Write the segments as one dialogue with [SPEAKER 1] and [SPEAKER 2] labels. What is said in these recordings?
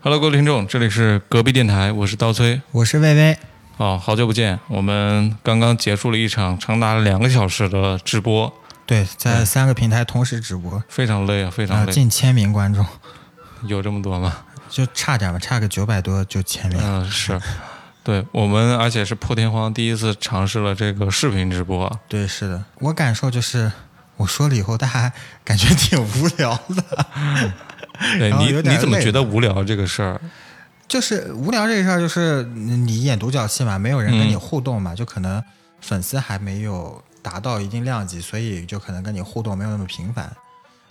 [SPEAKER 1] Hello，各位听众，这里是隔壁电台，我是刀崔。
[SPEAKER 2] 我是薇薇，
[SPEAKER 1] 哦，好久不见！我们刚刚结束了一场长达两个小时的直播，
[SPEAKER 2] 对，
[SPEAKER 1] 嗯
[SPEAKER 2] 在三个平台同时直播，
[SPEAKER 1] 非常累啊，非
[SPEAKER 2] 啊，
[SPEAKER 1] 常累。
[SPEAKER 2] 近千名观众，
[SPEAKER 1] 有这么多吗？
[SPEAKER 2] 就差点吧，差个九百多就千名，
[SPEAKER 1] 嗯、是。 对我们，而且是破天荒第一次尝试了这个视频直播。
[SPEAKER 2] 对，是的，我感受就是我说了以后，大家 感觉挺无聊的，
[SPEAKER 1] 嗯对
[SPEAKER 2] 然后
[SPEAKER 1] 哎你
[SPEAKER 2] 哦有点
[SPEAKER 1] 你怎么
[SPEAKER 2] 累
[SPEAKER 1] 觉得无聊这个事儿？
[SPEAKER 2] 就是无聊这事儿，就是你你演独角戏嘛，没有人跟
[SPEAKER 1] 嗯
[SPEAKER 2] 你互动嘛，就可能粉丝还没有达到一定量级，所以就可能跟你互动没有那么频繁。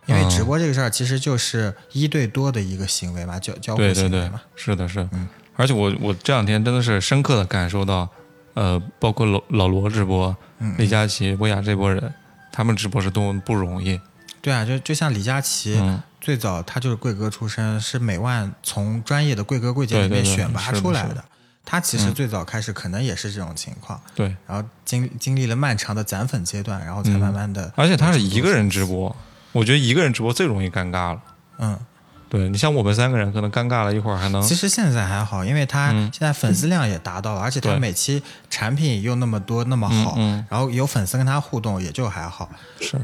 [SPEAKER 2] 因为
[SPEAKER 1] 嗯
[SPEAKER 2] 直播这个事儿其实就是一对多的一个行为嘛，交交互
[SPEAKER 1] 对对
[SPEAKER 2] 哦行为
[SPEAKER 1] 对
[SPEAKER 2] 嘛，，
[SPEAKER 1] 是的是。
[SPEAKER 2] 嗯
[SPEAKER 1] 而且我我这两天真的是深刻的感受到，呃，包括老老罗直播、
[SPEAKER 2] 嗯，
[SPEAKER 1] 李佳琦、薇娅这波人，他们直播是多么不容易。
[SPEAKER 2] 对啊，就就像李佳琦，
[SPEAKER 1] 嗯，
[SPEAKER 2] 最早他就是贵哥出身，是美万从专业的贵哥贵姐
[SPEAKER 1] 对
[SPEAKER 2] 里面
[SPEAKER 1] 对对
[SPEAKER 2] 选拔
[SPEAKER 1] 是的
[SPEAKER 2] 出来
[SPEAKER 1] 是
[SPEAKER 2] 的。
[SPEAKER 1] 的
[SPEAKER 2] 他其实
[SPEAKER 1] 嗯
[SPEAKER 2] 最早开始可能也是这种情况，
[SPEAKER 1] 对。
[SPEAKER 2] 然后经经历了漫长的攒粉阶段，然后才
[SPEAKER 1] 嗯
[SPEAKER 2] 慢慢的，
[SPEAKER 1] 而且他是一个人直播，我觉得一个人直播最容易尴尬了。
[SPEAKER 2] 嗯，
[SPEAKER 1] 对你像我们三个人，可能尴尬了一会儿还能
[SPEAKER 2] 其实现在还好，因为他现在粉丝量也达到了，而且他
[SPEAKER 1] 嗯对
[SPEAKER 2] 每期产品又那么多那么好，
[SPEAKER 1] 嗯
[SPEAKER 2] 然后有粉丝跟他互动也就还好，
[SPEAKER 1] 是，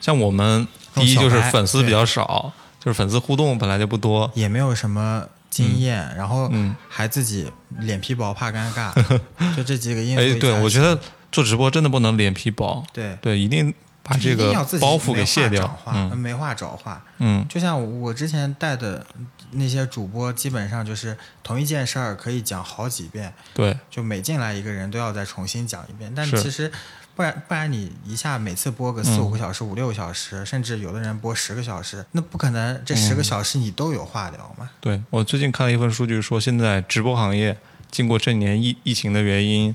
[SPEAKER 1] 像我们第一
[SPEAKER 2] 小
[SPEAKER 1] 就是
[SPEAKER 2] 白
[SPEAKER 1] 粉丝比
[SPEAKER 2] 对
[SPEAKER 1] 较少，就是粉丝互动本来就不多。
[SPEAKER 2] 也没有什么经验，然后
[SPEAKER 1] 嗯
[SPEAKER 2] 还自己脸皮薄怕尴尬， 就这几个因素一
[SPEAKER 1] 哎
[SPEAKER 2] 下，
[SPEAKER 1] 对，我觉得做直播真的不能脸皮薄，
[SPEAKER 2] 对
[SPEAKER 1] 对，一定把这
[SPEAKER 2] 一定
[SPEAKER 1] 个
[SPEAKER 2] 要自己
[SPEAKER 1] 包袱
[SPEAKER 2] 没
[SPEAKER 1] 给
[SPEAKER 2] 话
[SPEAKER 1] 卸
[SPEAKER 2] 找
[SPEAKER 1] 掉。
[SPEAKER 2] 话
[SPEAKER 1] 嗯
[SPEAKER 2] 没话找话。
[SPEAKER 1] 嗯，
[SPEAKER 2] 就像我之前带的那些主播，基本上就是同一件事儿可以讲好几遍，
[SPEAKER 1] 对，
[SPEAKER 2] 就每进来一个人都要再重新讲一遍。但
[SPEAKER 1] 是嗯
[SPEAKER 2] 其实，不然不然你一下每次播个四五个小时、五六个小时，甚至有的人播十个小时，那不可能这
[SPEAKER 1] 嗯
[SPEAKER 2] 十个小时你都有话聊嘛。
[SPEAKER 1] 对我最近看了一份数据，说现在直播行业经过这年疫疫情的原因，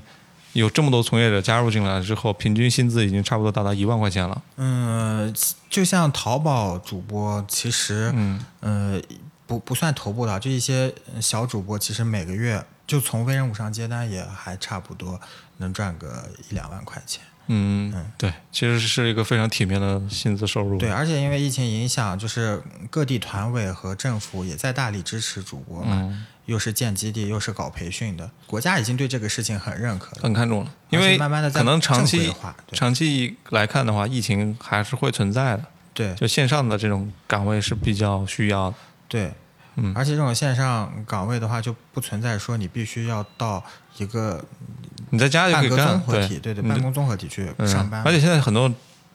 [SPEAKER 1] 有这么多从业者加入进来之后，平均薪资已经差不多达到一万块钱了。
[SPEAKER 2] 嗯，就像淘宝主播，其实，
[SPEAKER 1] 嗯
[SPEAKER 2] 呃，不不算头部的，就一些呃小主播，其实每个月就从微人五上接单也还差不多能赚个一两万块钱。
[SPEAKER 1] 嗯，对，其实是一个非常体面的薪资收入。
[SPEAKER 2] 对，，而啊且因为疫情影响，就是各地团委和政府也在大力支持主播嘛，
[SPEAKER 1] 嗯，
[SPEAKER 2] 又是建基地，又是搞培训的，国家已经对这个事情很认可了。
[SPEAKER 1] 很看重了，呃因
[SPEAKER 2] 而且
[SPEAKER 1] 为
[SPEAKER 2] 慢慢地在
[SPEAKER 1] 可能长
[SPEAKER 2] 正规
[SPEAKER 1] 期
[SPEAKER 2] 化对
[SPEAKER 1] 长期来看的话，疫情还是会存在的，
[SPEAKER 2] 对
[SPEAKER 1] 就线上的这种岗位是比较需要的。
[SPEAKER 2] 对，
[SPEAKER 1] 嗯
[SPEAKER 2] 而且这种线上岗位的话，就不存在说你必须要到一个
[SPEAKER 1] 你在家就可
[SPEAKER 2] 办
[SPEAKER 1] 以
[SPEAKER 2] 个综
[SPEAKER 1] 干，
[SPEAKER 2] 合体，对对，
[SPEAKER 1] 你
[SPEAKER 2] 办
[SPEAKER 1] 就
[SPEAKER 2] 公综合体去
[SPEAKER 1] 嗯
[SPEAKER 2] 上班，
[SPEAKER 1] 而且现在很多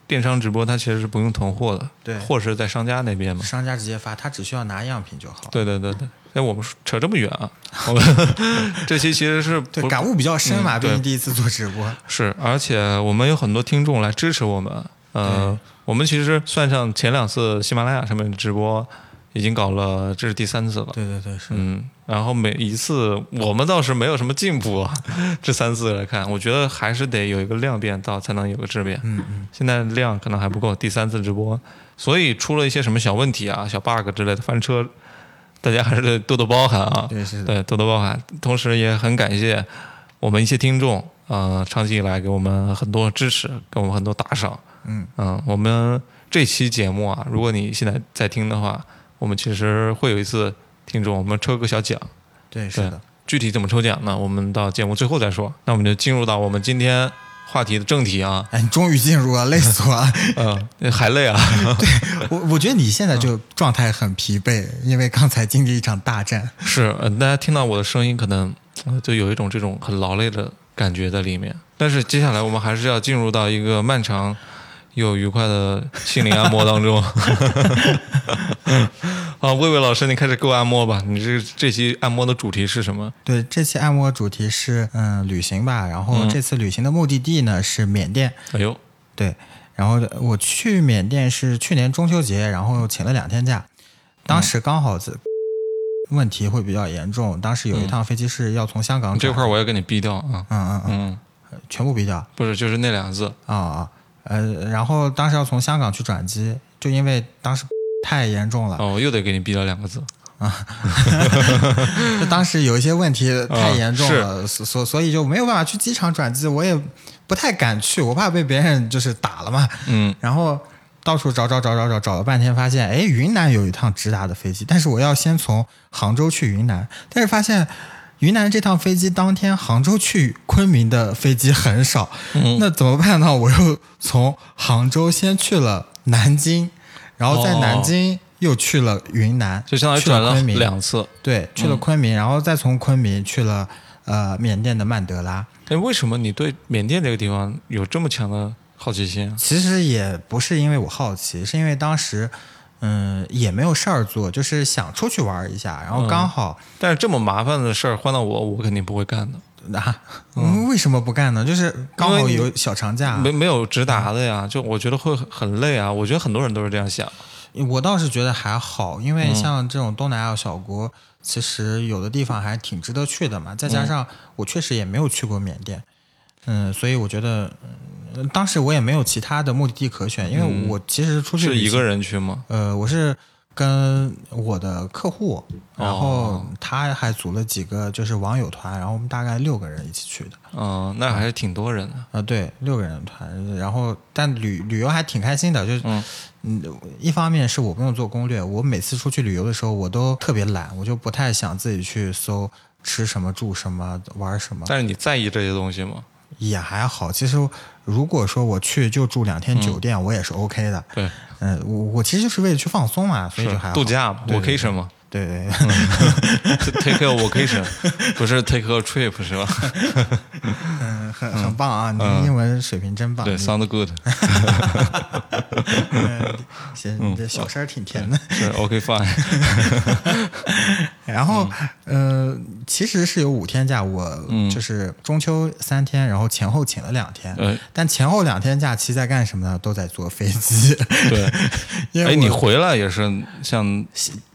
[SPEAKER 1] 电商直播，它其实是不用囤货的，
[SPEAKER 2] 对
[SPEAKER 1] 货是在商家那边嘛。
[SPEAKER 2] 商家直接发，他只需要拿样品就好。
[SPEAKER 1] 对对对对，哎，我们扯这么远 啊，我们 这期其实是
[SPEAKER 2] 对
[SPEAKER 1] 不
[SPEAKER 2] 感悟比较深嘛，
[SPEAKER 1] 嗯
[SPEAKER 2] 毕
[SPEAKER 1] 对
[SPEAKER 2] 竟第一次做直 播。
[SPEAKER 1] 是，而且我们有很多听众来支持我们。呃，我们其实算上前两次喜马拉雅上面的直播，已经搞了这是第三次了。
[SPEAKER 2] 对对对，是。
[SPEAKER 1] 嗯，然后每一次我们倒是没有什么进步 啊，这三次来看，我觉得还是得有一个量变到才能有个质变。
[SPEAKER 2] 嗯嗯，
[SPEAKER 1] 现在量可能还不够，第三次直播，所以出了一些什么小问题啊、小 bug 之类的翻车，大家还是得多多包涵啊。
[SPEAKER 2] 对是的。
[SPEAKER 1] 对，多多包涵。同时也很感谢我们一些听众，呃，长期以来给我们很多支持，给我们很多打赏。
[SPEAKER 2] 嗯
[SPEAKER 1] 嗯、我们这期节目啊，如果你现在在听的话，我们其实会有一次听众，我们抽个小奖。
[SPEAKER 2] 对是的。
[SPEAKER 1] 具体怎么抽奖呢？我们到节目最后再说。那我们就进入到我们今天话题的正题啊。
[SPEAKER 2] 哎，你终于进入了，累死我 了！
[SPEAKER 1] 嗯、还累啊？
[SPEAKER 2] 我我觉得你现在就
[SPEAKER 1] 嗯
[SPEAKER 2] 状态很疲惫，因为刚才经历一场大战。
[SPEAKER 1] 是，嗯，大家听到我的声音，可能呃就有一种这种很劳累的感觉在里面。但是接下来我们还是要进入到一个漫长又愉快的心灵按摩当中。 啊，魏魏老师，你开始给我按摩吧。你这这期按摩的主题是什么？
[SPEAKER 2] 对，这期按摩主题是嗯旅行吧，然后
[SPEAKER 1] 嗯
[SPEAKER 2] 这次旅行的目的地呢是缅甸。
[SPEAKER 1] 哎呦，
[SPEAKER 2] 对，然后我去缅甸是去年中秋节，然后请了两天假，
[SPEAKER 1] 嗯
[SPEAKER 2] 当时刚好这问题会比较严重，当时有一趟飞机是要从香港
[SPEAKER 1] 这
[SPEAKER 2] 转
[SPEAKER 1] 块儿我要给嗯你毙掉啊！
[SPEAKER 2] 嗯嗯
[SPEAKER 1] 嗯，
[SPEAKER 2] 嗯，全部比较啊
[SPEAKER 1] 不是，就是那两个字。
[SPEAKER 2] 啊，呃，然后当时要从香港去转机，就因为当时太严重了，
[SPEAKER 1] 哦，我又得给你毙掉两个字。
[SPEAKER 2] 就当时有一些问题太严重
[SPEAKER 1] 嗯是
[SPEAKER 2] 了，所所、所以就没有办法去机场转机，我也不太敢去，我怕被别人就是打了嘛，
[SPEAKER 1] 嗯
[SPEAKER 2] 然后到处找找找找找，找了半天发现，哎，云南有一趟直达的飞机，但是我要先从杭州去云南，但是发现云南这趟飞机当天杭州去昆明的飞机很少，
[SPEAKER 1] 嗯
[SPEAKER 2] 那怎么办呢？我又从杭州先去了南京，然后在南京又去了云南，
[SPEAKER 1] 哦就相当于
[SPEAKER 2] 去了
[SPEAKER 1] 转了
[SPEAKER 2] 昆明
[SPEAKER 1] 两次。
[SPEAKER 2] 对，去
[SPEAKER 1] 嗯
[SPEAKER 2] 了昆明，然后再从昆明去了呃缅甸的曼德拉。
[SPEAKER 1] 哎，为什么你对缅甸这个地方有这么强的好奇心啊？
[SPEAKER 2] 其实也不是因为我好奇，是因为当时嗯也没有事儿做，就是想出去玩一下，然
[SPEAKER 1] 嗯
[SPEAKER 2] 后刚好、
[SPEAKER 1] 但是这么麻烦的事儿换到我，我肯定不会干的，
[SPEAKER 2] 啊、嗯为什么不干呢？就是刚
[SPEAKER 1] 因
[SPEAKER 2] 好
[SPEAKER 1] 为你
[SPEAKER 2] 有小长假，啊
[SPEAKER 1] 没没有直达的呀。就我觉得会很很累啊，我觉得很多人都是这样想。
[SPEAKER 2] 我倒是觉得还好，因
[SPEAKER 1] 嗯
[SPEAKER 2] 为像这种东南亚小国，其实有的地方还挺值得去的嘛。再
[SPEAKER 1] 嗯
[SPEAKER 2] 加上我确实也没有去过缅甸，嗯，所以我觉得、嗯当时我也没有其他的目的地可选，因为我其实出去
[SPEAKER 1] 嗯是
[SPEAKER 2] 旅
[SPEAKER 1] 一
[SPEAKER 2] 行
[SPEAKER 1] 个人去吗？
[SPEAKER 2] 呃，我是跟我的客户，
[SPEAKER 1] 哦
[SPEAKER 2] 然后他还组了几个就是网友团，然后我们大概六个人一起去的。
[SPEAKER 1] 嗯，那还是挺多人的。
[SPEAKER 2] 啊、对，六个人团，然后但旅旅游还挺开心的，就是，
[SPEAKER 1] 嗯
[SPEAKER 2] 嗯，一方面是我不用做攻略，我每次出去旅游的时候我都特别懒，我就不太想自己去搜吃什么、住什么、玩什么，
[SPEAKER 1] 但是你在意这些东西吗？
[SPEAKER 2] 也还好。其实如果说我去就住两天酒店，我也是 OK 的。
[SPEAKER 1] 嗯对，
[SPEAKER 2] 嗯，我我其实就是为了去放松嘛，所以就是还好
[SPEAKER 1] 度假嗯嘛
[SPEAKER 2] 对对
[SPEAKER 1] ，vacation 嘛
[SPEAKER 2] 对对对。
[SPEAKER 1] ，take a vacation，不是 take a trip 是吧？
[SPEAKER 2] 嗯，很很棒啊！你的英文水平真棒。
[SPEAKER 1] 对
[SPEAKER 2] 啊你
[SPEAKER 1] ，sound good，
[SPEAKER 2] 嗯 行，你这小声儿挺甜的。
[SPEAKER 1] 是 OK fine。
[SPEAKER 2] 然后，
[SPEAKER 1] 嗯
[SPEAKER 2] 呃，其实是有五天假，我就是中秋三天，然后前后请了两天。
[SPEAKER 1] 呃，
[SPEAKER 2] 但前后两天假期在干什么呢？都在坐飞机。
[SPEAKER 1] 对，
[SPEAKER 2] 因
[SPEAKER 1] 哎，
[SPEAKER 2] 为
[SPEAKER 1] 你
[SPEAKER 2] 我
[SPEAKER 1] 回来也是像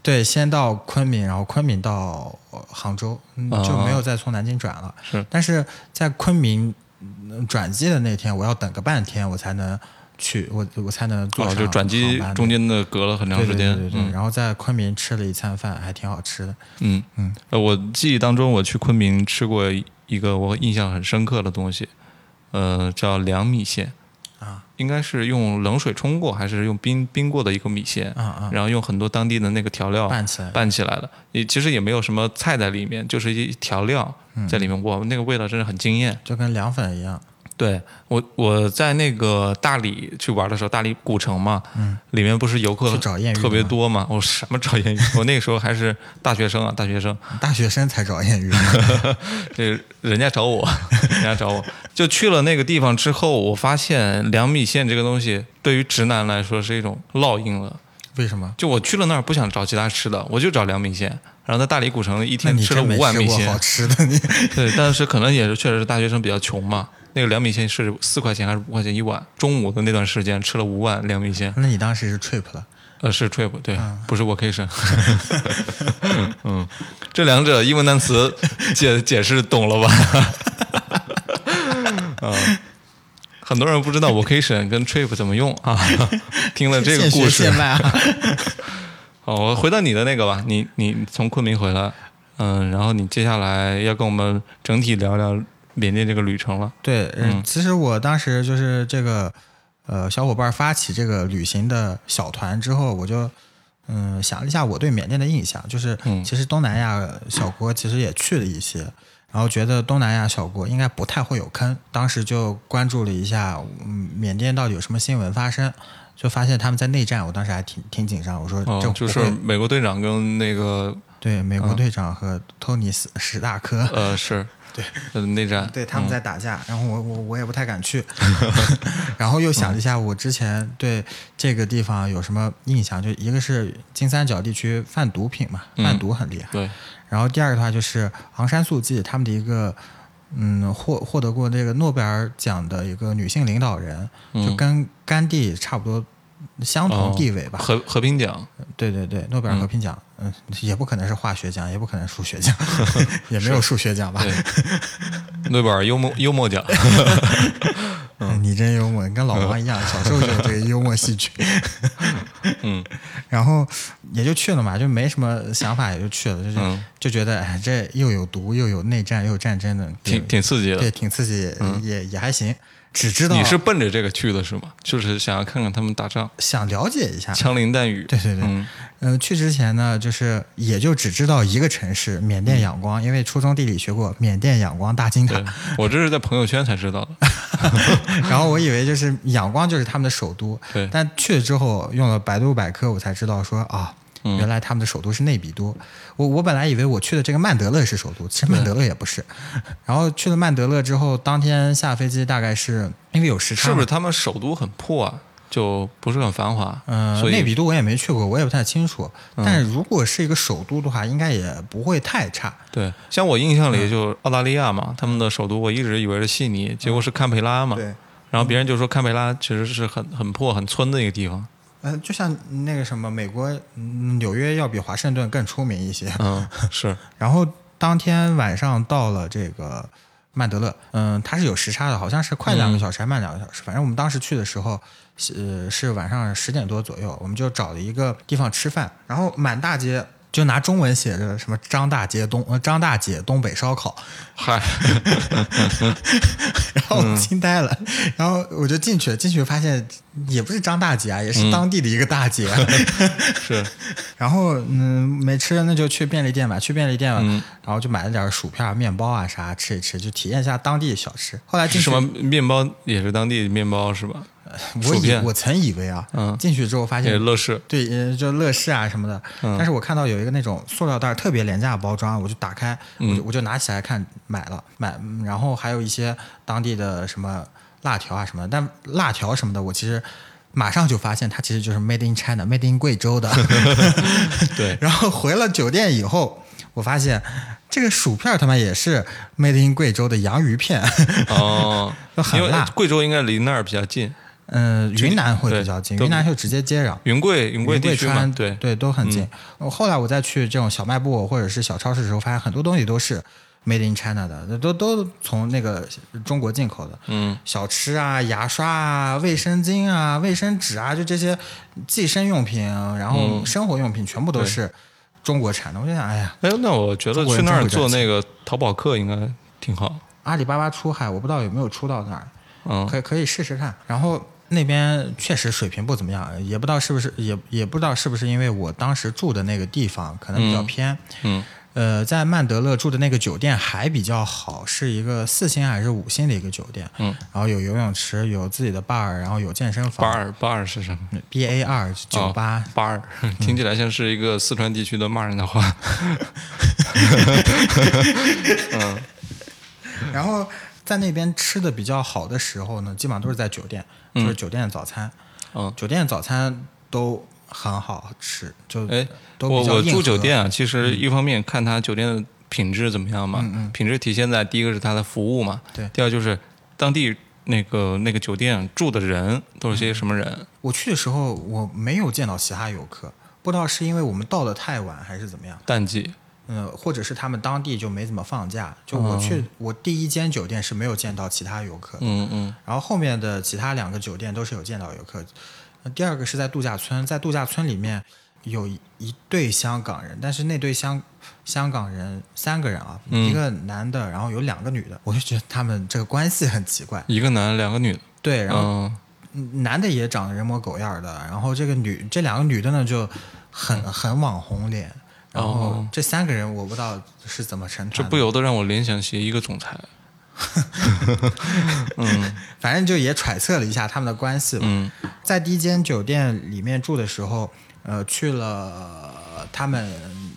[SPEAKER 2] 对先到昆明，然后昆明到呃杭州，嗯
[SPEAKER 1] 啊
[SPEAKER 2] 就没有再从南京转了。
[SPEAKER 1] 是
[SPEAKER 2] 但是在昆明嗯转机的那天，我要等个半天，我才能去，我我才能坐
[SPEAKER 1] 哦，
[SPEAKER 2] 上
[SPEAKER 1] 就转机
[SPEAKER 2] 航班
[SPEAKER 1] 中间的隔了很长
[SPEAKER 2] 对
[SPEAKER 1] 时间，
[SPEAKER 2] 对对对对
[SPEAKER 1] 嗯
[SPEAKER 2] 然后在昆明吃了一餐饭，还挺好吃的。
[SPEAKER 1] 嗯
[SPEAKER 2] 嗯
[SPEAKER 1] 呃，我记忆当中我去昆明吃过一个我印象很深刻的东西，呃，叫凉米线
[SPEAKER 2] 啊，
[SPEAKER 1] 应该是用冷水冲过还是用冰冰过的一个米线，
[SPEAKER 2] 啊啊，
[SPEAKER 1] 然后用很多当地的那个调料
[SPEAKER 2] 拌起来。
[SPEAKER 1] 拌起来的，也其实也没有什么菜在里面，就是一调料
[SPEAKER 2] 嗯
[SPEAKER 1] 在里面，哇，那个味道真的很惊艳。
[SPEAKER 2] 就跟凉粉一样，
[SPEAKER 1] 对我我在那个大理去玩的时候，大理古城嘛，
[SPEAKER 2] 嗯
[SPEAKER 1] 里面不是游客
[SPEAKER 2] 去找艳遇
[SPEAKER 1] 特别
[SPEAKER 2] 吗
[SPEAKER 1] 多嘛，我什么找艳遇？我那个时候还是大学生啊，大学生，
[SPEAKER 2] 大学生才找艳遇。
[SPEAKER 1] 这人家找我， 人家找我，就去了那个地方之后，我发现凉米线这个东西对于直男来说是一种烙印了。
[SPEAKER 2] 为什么？
[SPEAKER 1] 就我去了那儿不想找其他吃的，我就找凉米线。然后在大理古城一
[SPEAKER 2] 那
[SPEAKER 1] 天
[SPEAKER 2] 你
[SPEAKER 1] 吃了
[SPEAKER 2] 真没
[SPEAKER 1] 五碗
[SPEAKER 2] 吃
[SPEAKER 1] 米
[SPEAKER 2] 过好
[SPEAKER 1] 线，
[SPEAKER 2] 吃的你？
[SPEAKER 1] 对，但是可能也是确实是大学生比较穷嘛。那个凉米线是四块钱还是五块钱一碗？中午的那段时间吃了五碗凉米线，
[SPEAKER 2] 那你当时是 trip 了？
[SPEAKER 1] 呃，是 trip 对，不是 vacation。嗯，这两者英文单词解解释懂了吧？啊、 很多人不知道 vacation 跟 trip 怎么用啊。 听了这个
[SPEAKER 2] 现学
[SPEAKER 1] 故
[SPEAKER 2] 现
[SPEAKER 1] 事，
[SPEAKER 2] 卖啊！
[SPEAKER 1] 哦，我回到你的那个吧，你你从昆明回来，嗯，然后你接下来要跟我们整体聊聊缅甸这个旅程了。
[SPEAKER 2] 对，嗯，其实我当时就是这个呃小伙伴发起这个旅行的小团之后，我就嗯想了一下我对缅甸的印象，就是
[SPEAKER 1] 嗯
[SPEAKER 2] 其实东南亚小国其实也去了一些，然后觉得东南亚小国应该不太会有坑，当时就关注了一下嗯缅甸到底有什么新闻发生，就发现他们在内战，我当时还挺挺紧张，我说这
[SPEAKER 1] 哦，就
[SPEAKER 2] 不
[SPEAKER 1] 是嗯
[SPEAKER 2] 会
[SPEAKER 1] 美国队长跟那个
[SPEAKER 2] 对美国队长和托尼斯史大科。
[SPEAKER 1] 呃是对内战，
[SPEAKER 2] 对，他们在打架，然后我我我也不太敢去， 然后又想了一下我之前对这个地方有什么印象，就一个是金三角地区贩毒品嘛，贩毒很厉害，
[SPEAKER 1] 对，
[SPEAKER 2] 然后第二个的话就是昂山素季他们的一个。嗯，获获得过这个诺贝尔奖的一个女性领导人，就跟甘地差不多相同地位吧。
[SPEAKER 1] 哦和和平奖。
[SPEAKER 2] 对对对，诺贝尔和平奖，嗯，也不可能是化学奖，也不可能是数学奖， 也没有数学奖吧？
[SPEAKER 1] 对， 诺贝尔幽默幽 默奖，
[SPEAKER 2] 嗯，你真幽默，你跟老王一样，小时候就有这个幽默戏剧。
[SPEAKER 1] 嗯，
[SPEAKER 2] 然后也就去了嘛，就没什么想法，也就去了，就是、
[SPEAKER 1] 嗯
[SPEAKER 2] 就觉得哎，这又有毒，又有内战，又有战争的，
[SPEAKER 1] 挺挺刺激
[SPEAKER 2] 对，
[SPEAKER 1] 的。
[SPEAKER 2] 挺刺激，也也还行。只知道
[SPEAKER 1] 你是奔着这个去的是吗？就是想要看看他们打仗，
[SPEAKER 2] 想了解一下。
[SPEAKER 1] 枪林弹雨。
[SPEAKER 2] 啊对对对，
[SPEAKER 1] 嗯
[SPEAKER 2] 呃，去之前呢，就是也就只知道一个城市缅甸仰光，因为初中地理学过缅甸仰光大金塔
[SPEAKER 1] 嗯对，我这是在朋友圈才知道的。
[SPEAKER 2] 然后我以为就是仰光就是他们的首都，
[SPEAKER 1] 对，
[SPEAKER 2] 但去了之后用了百度百科，我才知道说啊，
[SPEAKER 1] 嗯
[SPEAKER 2] 原来他们的首都是内比都。我我本来以为我去的这个曼德勒是首都，其实
[SPEAKER 1] 嗯
[SPEAKER 2] 曼德勒也不是。 然后去了曼德勒之后，当天下飞机大概是因为有时差
[SPEAKER 1] 是
[SPEAKER 2] 嘛，
[SPEAKER 1] 不是他们首都很破啊？就不是很繁华。
[SPEAKER 2] 嗯，
[SPEAKER 1] 所以嗯
[SPEAKER 2] 内比都我也没去过，我也不太清楚。但是如果是一个首都的话，应该也不会太差。
[SPEAKER 1] 对，像我印象
[SPEAKER 2] 嗯
[SPEAKER 1] 里就澳大利亚嘛，他们的首都我一直以为是悉尼，结果是堪培拉嘛。
[SPEAKER 2] 对，
[SPEAKER 1] 然后别人就说堪培拉其实是很很破、很村的一个地方。
[SPEAKER 2] 嗯，就像那个什么，美国嗯纽约要比华盛顿更出名一些。
[SPEAKER 1] 嗯， 是，
[SPEAKER 2] 然后当天晚上到了这个曼德勒，嗯，它是有时差的，好像是快两个小时还慢两个小时。反正我们当时去的时候，呃，是晚上十点多左右，我们就找了一个地方吃饭，然后满大街就拿中文写着什么张大街东呃张大姐东北烧烤，
[SPEAKER 1] 嗨，
[SPEAKER 2] 然后我惊呆了，然后我就进去，进去发现也不是张大姐啊，也是当地的一个大姐。啊
[SPEAKER 1] 是，
[SPEAKER 2] 然后嗯，没吃那就去便利店吧，去便利店吧，
[SPEAKER 1] 嗯
[SPEAKER 2] 然后就买了点薯片、面包啊啥吃一吃，就体验一下当地小吃。后来进
[SPEAKER 1] 是什
[SPEAKER 2] 去
[SPEAKER 1] 么，面包也是当地面包是吧？
[SPEAKER 2] 我
[SPEAKER 1] 薯
[SPEAKER 2] 以
[SPEAKER 1] 片
[SPEAKER 2] 我曾以为啊，
[SPEAKER 1] 嗯
[SPEAKER 2] 进去之后发
[SPEAKER 1] 也是
[SPEAKER 2] 现。
[SPEAKER 1] 乐事。
[SPEAKER 2] 对，呃就乐事啊什么的，
[SPEAKER 1] 嗯
[SPEAKER 2] 但是我看到有一个那种塑料袋特别廉价的包装，啊我就打开，我
[SPEAKER 1] 嗯
[SPEAKER 2] 就我就拿起来看，买了买，嗯然后还有一些当地的什么辣条啊什么的，但辣条什么的，我其实马上就发现它其实就是 made in China，made in 贵州的，
[SPEAKER 1] 对，
[SPEAKER 2] 然后回了酒店以后，我发现这个薯片儿他妈也是 made in 贵州的洋芋片，
[SPEAKER 1] 哦
[SPEAKER 2] 都，很
[SPEAKER 1] 因为
[SPEAKER 2] 辣
[SPEAKER 1] 贵州应该离那儿比较近，
[SPEAKER 2] 嗯、云南会
[SPEAKER 1] 对
[SPEAKER 2] 比较近，
[SPEAKER 1] 都
[SPEAKER 2] 云南就直接接壤。
[SPEAKER 1] 云贵云贵
[SPEAKER 2] 云
[SPEAKER 1] 地
[SPEAKER 2] 贵
[SPEAKER 1] 区嘛
[SPEAKER 2] 川，
[SPEAKER 1] 对，嗯
[SPEAKER 2] 对都很近。我后来我再去这种小卖部或者是小超市的时候，发现很多东西都是 made in China 的，都都从那个中国进口的。
[SPEAKER 1] 嗯，
[SPEAKER 2] 小吃啊、牙刷啊、卫生巾啊、卫生纸啊，就这些计生用品，然后
[SPEAKER 1] 嗯
[SPEAKER 2] 生活用品全部都是中国产的。我就想，哎呀，
[SPEAKER 1] 哎，那我觉得
[SPEAKER 2] 中国
[SPEAKER 1] 去
[SPEAKER 2] 人
[SPEAKER 1] 那
[SPEAKER 2] 真
[SPEAKER 1] 儿
[SPEAKER 2] 会
[SPEAKER 1] 做
[SPEAKER 2] 赚
[SPEAKER 1] 那个淘宝客应该挺好。
[SPEAKER 2] 阿里巴巴出海，我不知道有没有出到那儿，
[SPEAKER 1] 嗯，
[SPEAKER 2] 可以可以试试看。然后那边确实水平不怎么样，也不知道是不是也也不知道是不是因为我当时住的那个地方可能比较偏。
[SPEAKER 1] 嗯
[SPEAKER 2] 呃，在曼德勒住的那个酒店还比较好，是一个四星还是五星的一个酒店，
[SPEAKER 1] 嗯，
[SPEAKER 2] 然后有游泳池，有自己的 bar，然后有健身
[SPEAKER 1] 巴
[SPEAKER 2] 房嗯
[SPEAKER 1] 尔巴尔是什么？哦
[SPEAKER 2] ，B A R 酒吧，嗯
[SPEAKER 1] 巴尔， 听起来像是一个四川地区的骂人的话。哦
[SPEAKER 2] 然后在那边吃的比较好的时候呢，基本上都是在酒店，就是酒店的早餐，
[SPEAKER 1] 嗯，
[SPEAKER 2] 酒店早餐都很好吃，就
[SPEAKER 1] 哎，
[SPEAKER 2] 都
[SPEAKER 1] 我
[SPEAKER 2] 比较
[SPEAKER 1] 我
[SPEAKER 2] 硬
[SPEAKER 1] 住
[SPEAKER 2] 核嗯
[SPEAKER 1] 酒店啊，其实一方面看它酒店的品质怎么样嘛，品质体现在第一个是它的服务嘛，
[SPEAKER 2] 对
[SPEAKER 1] 第二就是当地那个那个酒店住的人都是
[SPEAKER 2] 嗯
[SPEAKER 1] 些什么人，
[SPEAKER 2] 我去的时候我没有见到其他游客，不知道是因为我们到的太晚还是怎么样，
[SPEAKER 1] 淡季，
[SPEAKER 2] 嗯、或者是他们当地就没怎么放假。就我去、我第一间酒店是没有见到其他游客的，
[SPEAKER 1] 嗯嗯，
[SPEAKER 2] 然后后面的其他两个酒店都是有见到游客。呃第二个是在度假村，在度假村里面有一一对香港人，但是那对香香港人三个人啊，一个男的，然后有两个女的，我就觉得他们这个关系很奇怪。
[SPEAKER 1] 一个男两个女的，
[SPEAKER 2] 对，然后
[SPEAKER 1] 嗯
[SPEAKER 2] 嗯男的也长得人模狗样儿的，然后这个女这两个女的呢就很很网红脸，然后
[SPEAKER 1] 哦
[SPEAKER 2] 这三个人我不知道是怎么成
[SPEAKER 1] 这
[SPEAKER 2] 团
[SPEAKER 1] 不
[SPEAKER 2] 的，
[SPEAKER 1] 由得让我联想起一个总裁，
[SPEAKER 2] 反正就也揣测了一下他们的关系吧。
[SPEAKER 1] 嗯
[SPEAKER 2] 在第一间酒店里面住的时候，呃，去了他们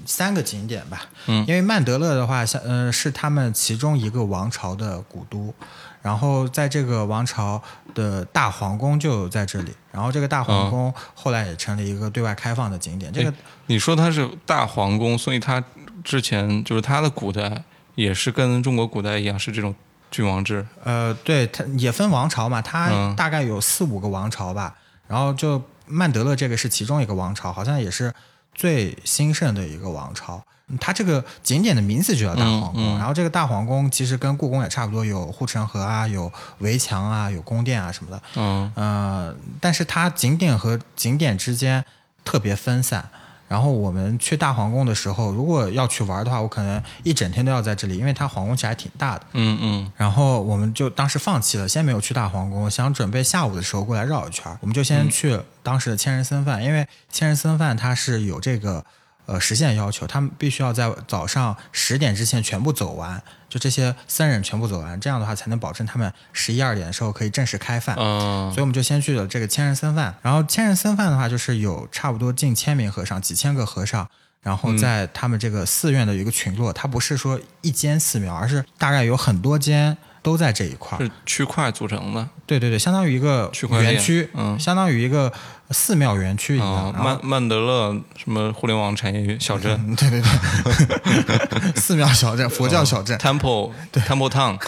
[SPEAKER 2] 三个景点吧，
[SPEAKER 1] 嗯
[SPEAKER 2] 因为曼德勒的话，像呃是他们其中一个王朝的古都，然后在这个王朝的大皇宫就在这里，然后这个大
[SPEAKER 1] 哦
[SPEAKER 2] 皇宫后来也成了一个对外开放的景点，这个
[SPEAKER 1] 哎你说它是大皇宫，所以它之前就是它的古代也是跟中国古代一样是这种君王制，
[SPEAKER 2] 呃，对，它也分王朝嘛，它
[SPEAKER 1] 嗯
[SPEAKER 2] 大概有四五个王朝吧。然后就曼德勒这个是其中一个王朝，好像也是最兴盛的一个王朝。嗯它这个景点的名字就叫大皇宫，
[SPEAKER 1] 嗯嗯
[SPEAKER 2] 然后这个大皇宫其实跟故宫也差不多，有护城河啊，有围墙啊，有宫殿啊什么的。
[SPEAKER 1] 嗯
[SPEAKER 2] 呃，但是它景点和景点之间特别分散，然后我们去大皇宫的时候，如果要去玩的话，我可能一整天都要在这里，因为它皇宫其实还挺大的。
[SPEAKER 1] 嗯嗯
[SPEAKER 2] 然后我们就当时放弃了，先没有去大皇宫，想准备下午的时候过来绕一圈儿。我们就先去当时的千人僧饭，因为千人僧饭它是有这个呃时限要求，他们必须要在早上十点之前全部走完，就这些僧人全部走完，这样的话才能保证他们十一二点的时候可以正式开饭。
[SPEAKER 1] 啊
[SPEAKER 2] 所以我们就先去了这个千人僧饭，然后千人僧饭的话，就是有差不多近千名和尚，几千个和尚，然
[SPEAKER 1] 嗯
[SPEAKER 2] 后在他们这个寺院的一个群落，它不是说一间寺庙，而是大概有很多间都在这一块儿。
[SPEAKER 1] 是区块组成的
[SPEAKER 2] 对对对，相当于一个
[SPEAKER 1] 区块链
[SPEAKER 2] 园区，
[SPEAKER 1] 嗯
[SPEAKER 2] 相当于一个寺庙园区一样。
[SPEAKER 1] 啊，
[SPEAKER 2] 然后
[SPEAKER 1] 曼曼德勒什么互联网产业园小镇
[SPEAKER 2] 嗯，对对对，寺庙小镇、佛
[SPEAKER 1] 哦
[SPEAKER 2] 教小镇，
[SPEAKER 1] Temple Temple Town，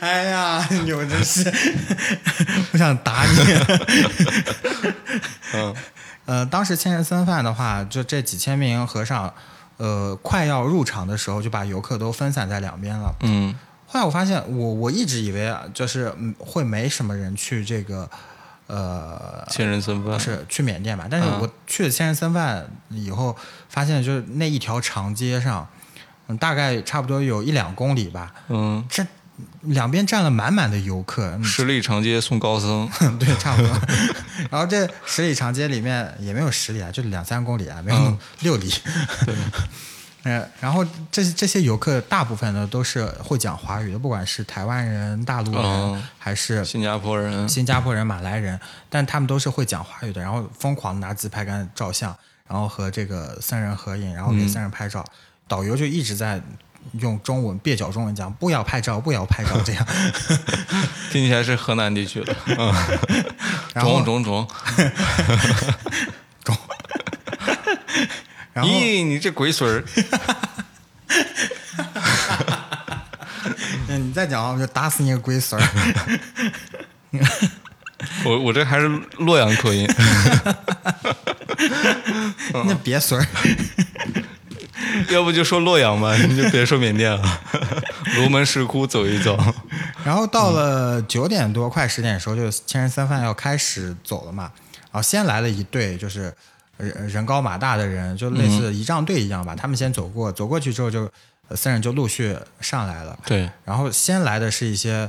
[SPEAKER 2] 哎呀，你们真是， 我想打你。
[SPEAKER 1] 嗯
[SPEAKER 2] 呃，当时千人僧饭的话，就这几千名和尚，呃，快要入场的时候，就把游客都分散在两边了。
[SPEAKER 1] 嗯
[SPEAKER 2] 后来我发现，我我一直以为啊，就是嗯会没什么人去这个，呃，
[SPEAKER 1] 千人嗯身份
[SPEAKER 2] 是去缅甸吧。但是我去了千人僧饭以后，发现就是那一条长街上，嗯，大概差不多有一两公里吧，
[SPEAKER 1] 嗯，
[SPEAKER 2] 这两边站了满满的 游客，嗯
[SPEAKER 1] 十里长街送高僧，
[SPEAKER 2] 对，差不多。然后这十里长街里面也没有十里啊，就两三公里啊，没有那么六里。
[SPEAKER 1] 嗯对，
[SPEAKER 2] 呃，然后这这些游客大部分呢都是会讲华语的，不管是台湾人、大陆人、
[SPEAKER 1] 哦
[SPEAKER 2] 还是
[SPEAKER 1] 新加坡人，
[SPEAKER 2] 新加坡人、马来人，但他们都是会讲华语的，然后疯狂地拿自拍杆照相，然后和这个僧人合影，然后
[SPEAKER 1] 嗯
[SPEAKER 2] 给僧人拍照。导游就一直在用中文蹩脚中文讲“不要拍照，不要拍照” 这样。
[SPEAKER 1] 听起来是河南地区的，嗯，
[SPEAKER 2] 然后
[SPEAKER 1] 中中中，
[SPEAKER 2] 然后
[SPEAKER 1] 咦，你这鬼水儿，
[SPEAKER 2] 嗯，你再讲啊我就打死你个龟孙儿！
[SPEAKER 1] 我我这还是洛阳口音，
[SPEAKER 2] 那别孙儿，
[SPEAKER 1] 嗯 要不就说洛阳吧， 你就别说缅甸了， 卢门石窟走一 走，
[SPEAKER 2] 然后到了九点多，快十点的时候，就千人三饭要开始走了嘛。然后先来了一队，就是人呃人高马大的人，就类
[SPEAKER 1] 嗯
[SPEAKER 2] 似仪仗队一样吧。他们先走过，走过去之后就，呃僧人就陆续上来了。
[SPEAKER 1] 对，
[SPEAKER 2] 然后先来的是一些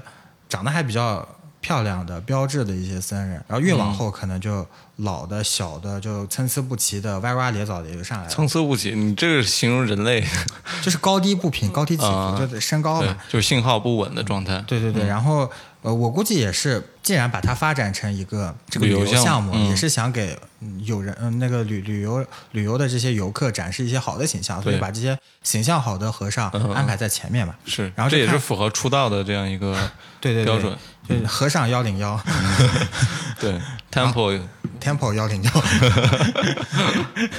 [SPEAKER 2] 长得还比较漂亮的、标志的一些僧人，然后越
[SPEAKER 1] 嗯
[SPEAKER 2] 往后可能就老的、小的，就参差不齐的、歪瓜裂枣的也就上来了，
[SPEAKER 1] 参差不齐，你这个形容人类，
[SPEAKER 2] 就是高低不平、高低起
[SPEAKER 1] 啊
[SPEAKER 2] 伏，就得身高
[SPEAKER 1] 对
[SPEAKER 2] 嘛。，
[SPEAKER 1] 就是信号不稳的状态，
[SPEAKER 2] 对对对，然后呃，我估计也是，既然把它发展成一个这个
[SPEAKER 1] 旅
[SPEAKER 2] 旅
[SPEAKER 1] 游
[SPEAKER 2] 游
[SPEAKER 1] 项
[SPEAKER 2] 项
[SPEAKER 1] 目
[SPEAKER 2] 目，
[SPEAKER 1] 嗯
[SPEAKER 2] 也是想给嗯有人嗯、那个旅旅游旅游的这些游客展示一些好的形象，所以
[SPEAKER 1] 对嗯
[SPEAKER 2] 把这些形象好的和尚安排在前面嘛。
[SPEAKER 1] 是，
[SPEAKER 2] 然后
[SPEAKER 1] 这
[SPEAKER 2] 就
[SPEAKER 1] 也是
[SPEAKER 2] 看
[SPEAKER 1] 符合出道的这样一 个
[SPEAKER 2] 对对对，
[SPEAKER 1] 标准，
[SPEAKER 2] 就是和尚幺零幺
[SPEAKER 1] 对
[SPEAKER 2] 啊
[SPEAKER 1] temple，
[SPEAKER 2] ，temple 幺零幺，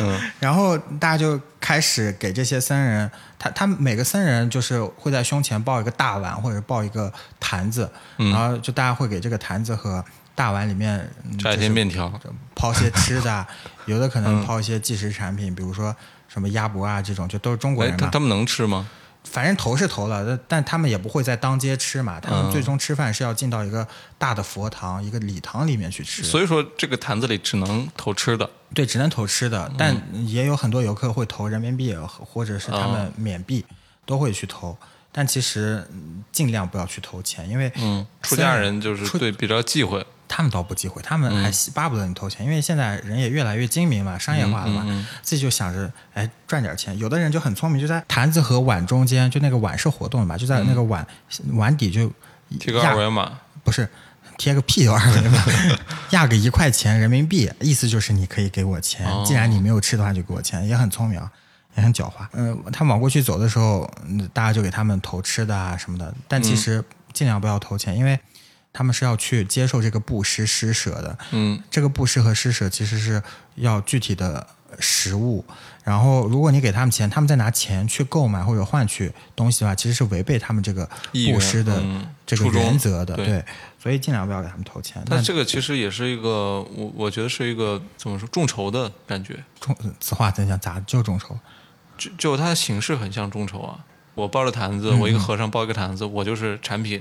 [SPEAKER 1] 嗯
[SPEAKER 2] 然后大家就开始给这些僧人，他他们每个僧人就是会在胸前抱一个大碗或者抱一个坛子，
[SPEAKER 1] 嗯
[SPEAKER 2] 然后就大家会给这个坛子和大碗里面嗯
[SPEAKER 1] 炸一
[SPEAKER 2] 就
[SPEAKER 1] 些
[SPEAKER 2] 是
[SPEAKER 1] 面嗯条，哎
[SPEAKER 2] 抛些吃 的啊，有的可能抛一些即食产品，比如说什么鸭脖啊这种，就都是中国
[SPEAKER 1] 哎，
[SPEAKER 2] 人
[SPEAKER 1] 他
[SPEAKER 2] 嘛。
[SPEAKER 1] 他们能吃吗？
[SPEAKER 2] 反正投是投了，但但他们也不会在当街吃嘛，他
[SPEAKER 1] 嗯
[SPEAKER 2] 们最终吃饭是要进到一个大的佛堂、一个礼堂里面去吃。
[SPEAKER 1] 所以说这个坛子里只能投吃的，
[SPEAKER 2] 对，只能投吃的，
[SPEAKER 1] 嗯
[SPEAKER 2] 但也有很多游客会投人民币或者是他们
[SPEAKER 1] 哦
[SPEAKER 2] 缅币，都会去投。但其实嗯尽量不要去投钱，因为
[SPEAKER 1] 嗯，出家人嗯就是对比较忌讳，
[SPEAKER 2] 他们倒不忌讳，他们还希巴不得你投钱，因为现在人也越来越精明嘛，商业化了
[SPEAKER 1] 嗯
[SPEAKER 2] 嘛，自己就想着哎赚点钱。有的人就很聪明，就在坛子和碗中间，就那个碗是活动的嘛，就在那个碗、碗底就
[SPEAKER 1] 贴嗯个
[SPEAKER 2] 压
[SPEAKER 1] 二维码，
[SPEAKER 2] 不是贴个屁二维码， 压个一块钱人民币，意思就是你可以给我钱，
[SPEAKER 1] 哦
[SPEAKER 2] 既然你没有吃的话就给我钱，也很聪明啊，也很狡猾。嗯、他们往过去走的时候，嗯大家就给他们投吃的啊什么的，但其
[SPEAKER 1] 嗯
[SPEAKER 2] 实尽量不要投钱，因为他们是要去接受这个布施施舍的。
[SPEAKER 1] 嗯，
[SPEAKER 2] 这个布施和施舍其实是要具体的实物，然后如果你给他们钱，他们再拿钱去购买或者换取东西的话，其实是违背他们这个
[SPEAKER 1] 意愿
[SPEAKER 2] 布施的
[SPEAKER 1] 嗯
[SPEAKER 2] 这个
[SPEAKER 1] 初衷
[SPEAKER 2] 原则的，
[SPEAKER 1] 对
[SPEAKER 2] 对，所以尽量不要给他们投钱。
[SPEAKER 1] 但
[SPEAKER 2] 但
[SPEAKER 1] 这个其实也是一个，我我觉得是一个怎么说众筹的感觉，
[SPEAKER 2] 众此话怎讲？咋就众筹？
[SPEAKER 1] 就就它的形式很像众筹啊。我抱着坛
[SPEAKER 2] 嗯
[SPEAKER 1] 子，我一个和尚抱一个坛子，我就是产品，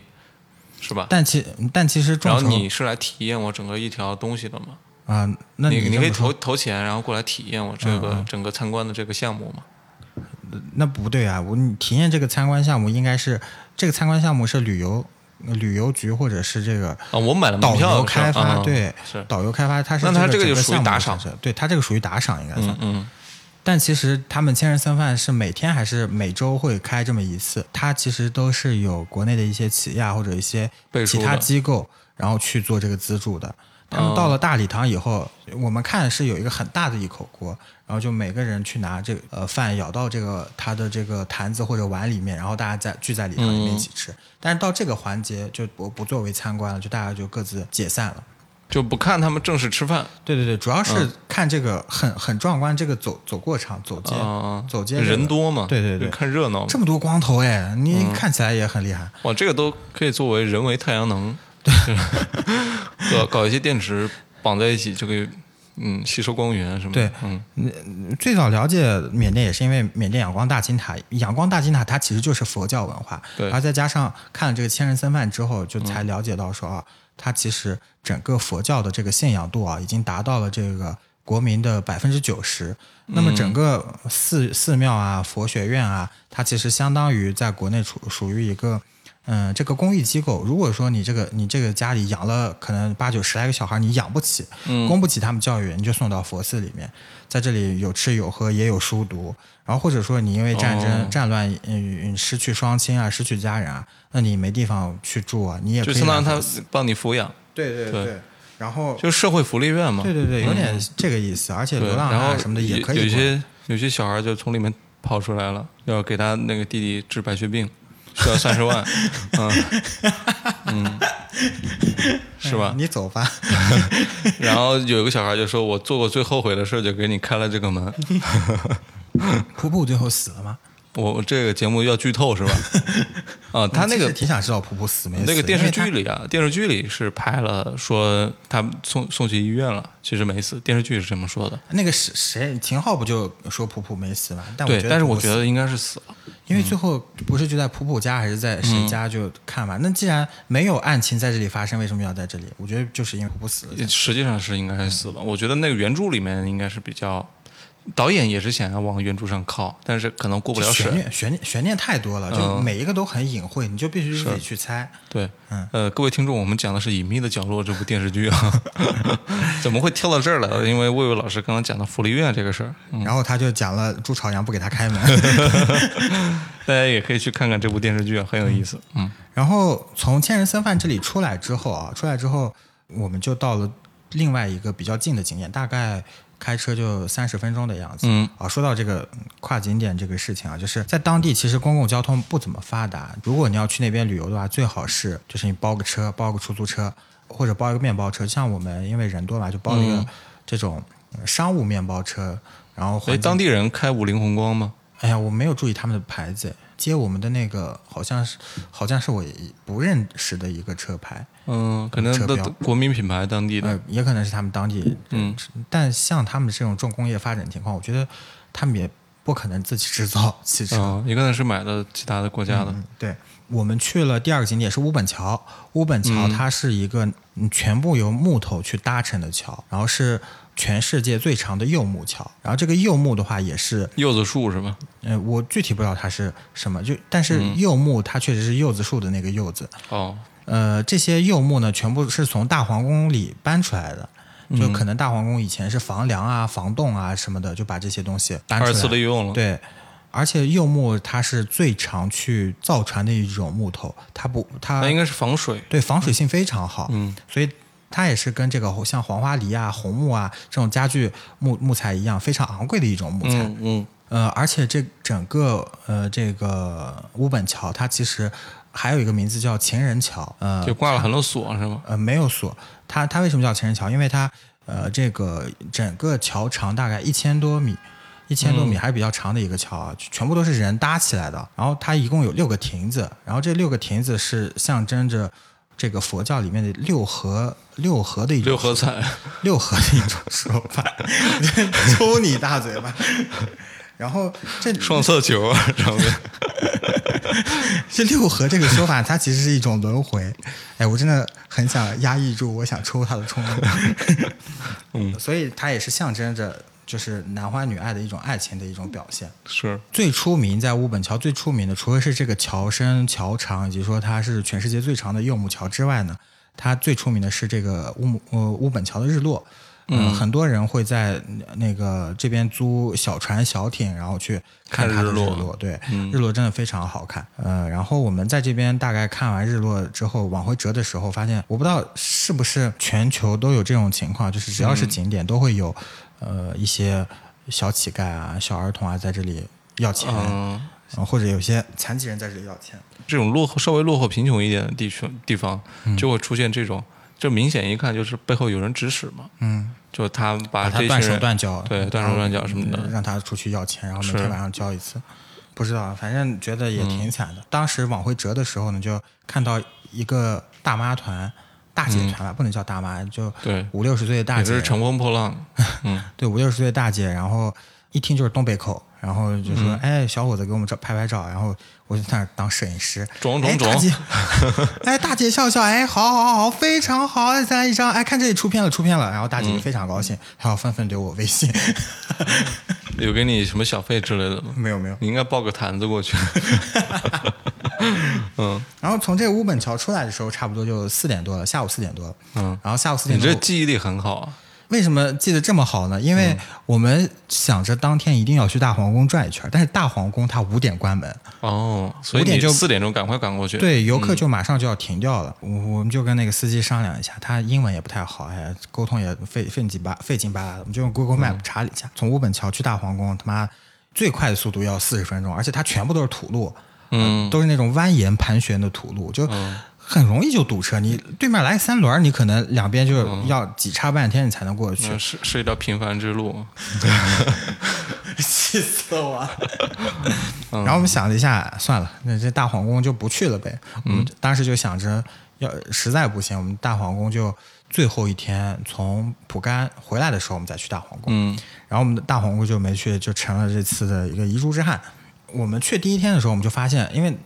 [SPEAKER 1] 是吧？
[SPEAKER 2] 但其但其实众
[SPEAKER 1] 然
[SPEAKER 2] 筹，
[SPEAKER 1] 后你是来体验我整个一条东西的嘛？
[SPEAKER 2] 啊、那
[SPEAKER 1] 你
[SPEAKER 2] 你
[SPEAKER 1] 可以
[SPEAKER 2] 这么
[SPEAKER 1] 投
[SPEAKER 2] 说
[SPEAKER 1] 投钱，然后过来体验我这个
[SPEAKER 2] 嗯嗯
[SPEAKER 1] 整个参观的这个项目嘛。
[SPEAKER 2] 那不对啊！我你体验这个参观项目应该是这个参观项目是旅游呃旅游局或者是这个
[SPEAKER 1] 啊，我买了门
[SPEAKER 2] 导
[SPEAKER 1] 票
[SPEAKER 2] 游
[SPEAKER 1] 的时候
[SPEAKER 2] 开发，
[SPEAKER 1] 嗯
[SPEAKER 2] 对
[SPEAKER 1] 是，
[SPEAKER 2] 导游开发，它是
[SPEAKER 1] 那它
[SPEAKER 2] 这
[SPEAKER 1] 这个就
[SPEAKER 2] 整
[SPEAKER 1] 属于
[SPEAKER 2] 项目
[SPEAKER 1] 打
[SPEAKER 2] 的
[SPEAKER 1] 赏
[SPEAKER 2] 产生，对它这个属于打赏应该算。
[SPEAKER 1] 嗯嗯，
[SPEAKER 2] 但其实他们千人三饭是每天还是每周会开这么一次，它其实都是有国内的一些企业啊或者一些
[SPEAKER 1] 背书
[SPEAKER 2] 其
[SPEAKER 1] 的
[SPEAKER 2] 他机构，然后去做这个资助的。他们到
[SPEAKER 1] 嗯
[SPEAKER 2] 了大礼堂以后，我们看是有一个很大的一口锅，然后就每个人去拿这个呃饭舀到这个他的这个坛子或者碗里面，然后大家在聚在礼堂里面一起
[SPEAKER 1] 嗯
[SPEAKER 2] 吃。但是到这个环节就不不作为参观了，就大家就各自解散了。
[SPEAKER 1] 就不看他们正式吃饭，
[SPEAKER 2] 对对对，主要
[SPEAKER 1] 嗯
[SPEAKER 2] 是看这个很、很壮观，这个走走过场走街、
[SPEAKER 1] 啊，
[SPEAKER 2] 走街这个
[SPEAKER 1] 人多嘛，嗯
[SPEAKER 2] 对对对
[SPEAKER 1] 就看热闹嘛。
[SPEAKER 2] 这么多光头哎，你看起来也很厉害。
[SPEAKER 1] 哇，这个都可以作为人为太阳能，就是搞搞一些电池绑在一起，就可以嗯吸收光源什么的。
[SPEAKER 2] 对
[SPEAKER 1] 嗯，
[SPEAKER 2] 最早了解缅甸也是因为缅甸仰光大金塔，仰光大金塔它其实就是佛教文化，
[SPEAKER 1] 对嗯
[SPEAKER 2] 然后再加上看了这个千人僧饭之后，就才了解到说啊，它其实整个佛教的这个信仰度啊，已经达到了这个国民的百分之九十。那么
[SPEAKER 1] 嗯
[SPEAKER 2] 整个寺寺庙啊、佛学院啊，它其实相当于在国内属属于一个。嗯，这个公益机构，如果说你这个你这个家里养了可能八九十来个小孩，你养不起，
[SPEAKER 1] 嗯
[SPEAKER 2] 供不起他们教育，你就送到佛寺里面，在这里有吃有喝，也有书读。然后或者说你因为战争、
[SPEAKER 1] 哦
[SPEAKER 2] 战乱，嗯，失去双亲啊，失去家人啊，那你没地方去住啊，你也
[SPEAKER 1] 就
[SPEAKER 2] 可以
[SPEAKER 1] 相当于
[SPEAKER 2] 来
[SPEAKER 1] 他
[SPEAKER 2] 佛寺
[SPEAKER 1] 帮你抚养，
[SPEAKER 2] 对对
[SPEAKER 1] 对
[SPEAKER 2] 对，然后
[SPEAKER 1] 就社会福利院嘛。嗯
[SPEAKER 2] 对对对，有点这个意思，而且
[SPEAKER 1] 对，
[SPEAKER 2] 流浪啊
[SPEAKER 1] 然后
[SPEAKER 2] 汉什么的也可以
[SPEAKER 1] 有有
[SPEAKER 2] 过来
[SPEAKER 1] 些有些小孩就从里面跑出来了，要给他那个弟弟治白血病，需要三十万，嗯嗯，是吧？
[SPEAKER 2] 嗯你走吧， 哎
[SPEAKER 1] 然后有一个小孩就说：“我做过最后悔的事，就给你开了这个门。
[SPEAKER 2] 瀑布最后死了吗？
[SPEAKER 1] 我”我这个节目要剧透是吧？啊，他那
[SPEAKER 2] 嗯我其
[SPEAKER 1] 个
[SPEAKER 2] 嗯实挺想知道瀑布死没死，
[SPEAKER 1] 那个电视
[SPEAKER 2] 因
[SPEAKER 1] 剧
[SPEAKER 2] 为
[SPEAKER 1] 里啊，电视剧里是拍了说他送送去医院了，其实没死。电视剧是这么说的，
[SPEAKER 2] 他那个谁谁秦昊不就说瀑布没死吗？但我
[SPEAKER 1] 对
[SPEAKER 2] 觉，得
[SPEAKER 1] 但是我
[SPEAKER 2] 瀑布死
[SPEAKER 1] 觉得嗯应该是死了。
[SPEAKER 2] 因为最后不是就在普普家还是在谁家就看嘛？那既然没有案情在这里发生，为什么要在这里？我觉得就是因为普普死了。
[SPEAKER 1] 实际上是应该是死了。我觉得那个原著里面应该是比较，导演也是想要往原著上靠，但是可能过不了
[SPEAKER 2] 悬
[SPEAKER 1] 审。
[SPEAKER 2] 念悬念悬念太多了，就
[SPEAKER 1] 嗯
[SPEAKER 2] 每一个都很隐晦，你就必须自己去猜。
[SPEAKER 1] 对，
[SPEAKER 2] 嗯
[SPEAKER 1] 呃，各位听众，我们讲的是《隐秘的角落》这部电视剧啊， 怎么会跳到这儿来了？因为魏魏老师刚刚讲到福利院这个事儿，嗯，
[SPEAKER 2] 然后他就讲了朱朝阳不给他 开门，
[SPEAKER 1] 大家也可以去看看这部电视剧啊，很有意思。嗯，
[SPEAKER 2] 然后从千人僧饭这里出来之后啊，出来之后我们就到了另外一个比较近的景点，大概开车就三十分钟的样子。
[SPEAKER 1] 嗯
[SPEAKER 2] 啊，说到这个嗯跨景点这个事情啊，就是在当地其实公共交通不怎么发达，如果你要去那边旅游的话，最好是就是你包个车，包个出租车，或者包一个面包车。像我们因为人多嘛，就包了一个这种呃商务面包车，然后
[SPEAKER 1] 哎，
[SPEAKER 2] 环境
[SPEAKER 1] 当地人开五菱宏光吗？
[SPEAKER 2] 哎呀，我没有注意他们的牌子，接我们的那个好像是好像是我不认识的一个车牌，
[SPEAKER 1] 嗯，可能
[SPEAKER 2] 车
[SPEAKER 1] 都
[SPEAKER 2] 标
[SPEAKER 1] 国民品牌当地的
[SPEAKER 2] 呃，也可能是他们当地，
[SPEAKER 1] 嗯，
[SPEAKER 2] 但像他们这种重工业发展情况，我觉得他们也不可能自己制造 汽车。
[SPEAKER 1] 啊，也可能是买的其他的国家的
[SPEAKER 2] 嗯，对，我们去了第二个景点是乌本桥。乌本桥它是一个嗯全部由木头去搭成的桥，然后是全世界最长的柚木桥。然后这个柚木的话，也是
[SPEAKER 1] 柚子树是吧？
[SPEAKER 2] 呃，我具体不知道它是什么，就但是
[SPEAKER 1] 嗯
[SPEAKER 2] 柚木它确实是柚子树的那个柚子。
[SPEAKER 1] 哦，
[SPEAKER 2] 呃，这些柚木呢，全部是从大皇宫里搬出来的。
[SPEAKER 1] 嗯
[SPEAKER 2] 就可能大皇宫以前是房梁啊、房栋啊什么的，就把这些东西搬出来。
[SPEAKER 1] 二次利用了。
[SPEAKER 2] 对，而且柚木它是最常去造船的一种木头，它不它
[SPEAKER 1] 那应该是防水。
[SPEAKER 2] 对防水性非常好，嗯，所以它也是跟这个像黄花梨啊、红木啊这种家具木木材一样，非常昂贵的一种木材。
[SPEAKER 1] 嗯嗯，
[SPEAKER 2] 呃，而且这整个呃这个乌本桥，它其实还有一个名字叫情人桥，呃
[SPEAKER 1] 就挂了很多锁是吗？
[SPEAKER 2] 呃没有锁，它它为什么叫情人桥？因为它呃这个整个桥长大概一千多米。一千
[SPEAKER 1] 嗯
[SPEAKER 2] 多米还是比较长的一个桥啊，全部都是人搭起来的。然后它一共有六个亭子，然后这六个亭子是象征着这个佛教里面的六合六合的一种
[SPEAKER 1] 六合彩，
[SPEAKER 2] 六合的一种说法，抽你大嘴巴。 然后这
[SPEAKER 1] 双色球 啊，然后
[SPEAKER 2] 这六合这个说法，它其实是一种轮回。哎，我真的很想压抑住我想抽他的冲动， 嗯，所以它也是象征着就是男欢女爱的一种爱情的一种表现。
[SPEAKER 1] 是
[SPEAKER 2] 最出名在乌本桥最出名的，除了是这个桥身、桥长，以及说它是全世界最长的柚木桥之外呢，它最出名的是这个乌姆呃乌本桥的日落。嗯、很多人会在呃那个这边租小船、小艇，然后去看
[SPEAKER 1] 看
[SPEAKER 2] 它的
[SPEAKER 1] 日落嗯
[SPEAKER 2] 对，日落真的非常好看。呃，然后我们在这边大概看完日落之后，往回折的时候，发现我不知道是不是全球都有这种情况，就是只要是景点都会有，呃，一些小乞丐啊、小儿童啊在这里要钱，
[SPEAKER 1] 嗯，
[SPEAKER 2] 呃或者有些残疾人在这里要钱。
[SPEAKER 1] 这种落后稍微落后贫穷一点的地区地方，
[SPEAKER 2] 嗯
[SPEAKER 1] 就会出现这种，这明显一看就是背后有人指使嘛，
[SPEAKER 2] 嗯，
[SPEAKER 1] 就他把
[SPEAKER 2] 把
[SPEAKER 1] 这
[SPEAKER 2] 他
[SPEAKER 1] 些
[SPEAKER 2] 断手
[SPEAKER 1] 人
[SPEAKER 2] 断脚，
[SPEAKER 1] 对断手断脚什么的
[SPEAKER 2] 嗯让他出去要钱，然后每
[SPEAKER 1] 是嗯
[SPEAKER 2] 天晚上交一次。不知道，反正觉得也挺惨的。当时往回折的时候呢，就看到一个大妈团、大姐团吧，不能叫大妈，就
[SPEAKER 1] 嗯对
[SPEAKER 2] 五六十岁的大
[SPEAKER 1] 也
[SPEAKER 2] 姐
[SPEAKER 1] 是，乘风破浪，嗯，
[SPEAKER 2] 对五六十岁的大姐，然后一听就是东北口，然后就
[SPEAKER 1] 嗯
[SPEAKER 2] 说：“哎，小伙子，给我们照拍拍照。”然后我就在那儿当摄影师，
[SPEAKER 1] 种
[SPEAKER 2] 哎，
[SPEAKER 1] 种
[SPEAKER 2] 大
[SPEAKER 1] 种，
[SPEAKER 2] 姐，哎，大姐笑笑，哎，好好好，非常好，哎，咱一张，哎，看这里出片了，出片了，然后大
[SPEAKER 1] 嗯
[SPEAKER 2] 姐就非常高兴，还要纷纷留我微信，
[SPEAKER 1] 有给你什么小费之类的吗？
[SPEAKER 2] 没有没有。
[SPEAKER 1] 你应该抱个坛子 过去，嗯
[SPEAKER 2] 然后从这个乌本桥出来的时候，差不多就四点多了，下午四点多了，
[SPEAKER 1] 嗯，
[SPEAKER 2] 然后下午四
[SPEAKER 1] 你
[SPEAKER 2] 点多
[SPEAKER 1] 这，嗯记忆力很好啊，
[SPEAKER 2] 为什么记得这么好呢？因为我们想着当天一定要去大皇宫转一圈，但是大皇宫它五点关门，
[SPEAKER 1] 哦，所以
[SPEAKER 2] 五点
[SPEAKER 1] 你
[SPEAKER 2] 就
[SPEAKER 1] 四点钟赶快赶过去，
[SPEAKER 2] 对，游客就马上就要停掉了。我我们就跟那个司机商量一下，他英文也不太好，哎呀，沟通也费费劲巴费劲巴拉的。我们就用 Google Map 查了一下，从乌本桥去大皇宫，他妈最快的速度要四十分钟，而且它全部都是土路，
[SPEAKER 1] 嗯，
[SPEAKER 2] 都是那种蜿蜒盘旋的土路，就很容易就堵车。你对面来三轮儿，你可能两边就要挤插半天，你才能过去
[SPEAKER 1] 那。是是一条平凡之路，
[SPEAKER 2] 嗯 气死我！ 然后我们想了一下，算了，那这大皇宫就不去了呗。我们当时就想着，要实在不行，我们大皇宫就最后一天从蒲甘回来的时候，我们再去大皇宫。
[SPEAKER 1] 嗯
[SPEAKER 2] 然后我们的大皇宫就没去，就成了这次的一个遗珠之憾。我们去第一天的时候，我们就发现，因为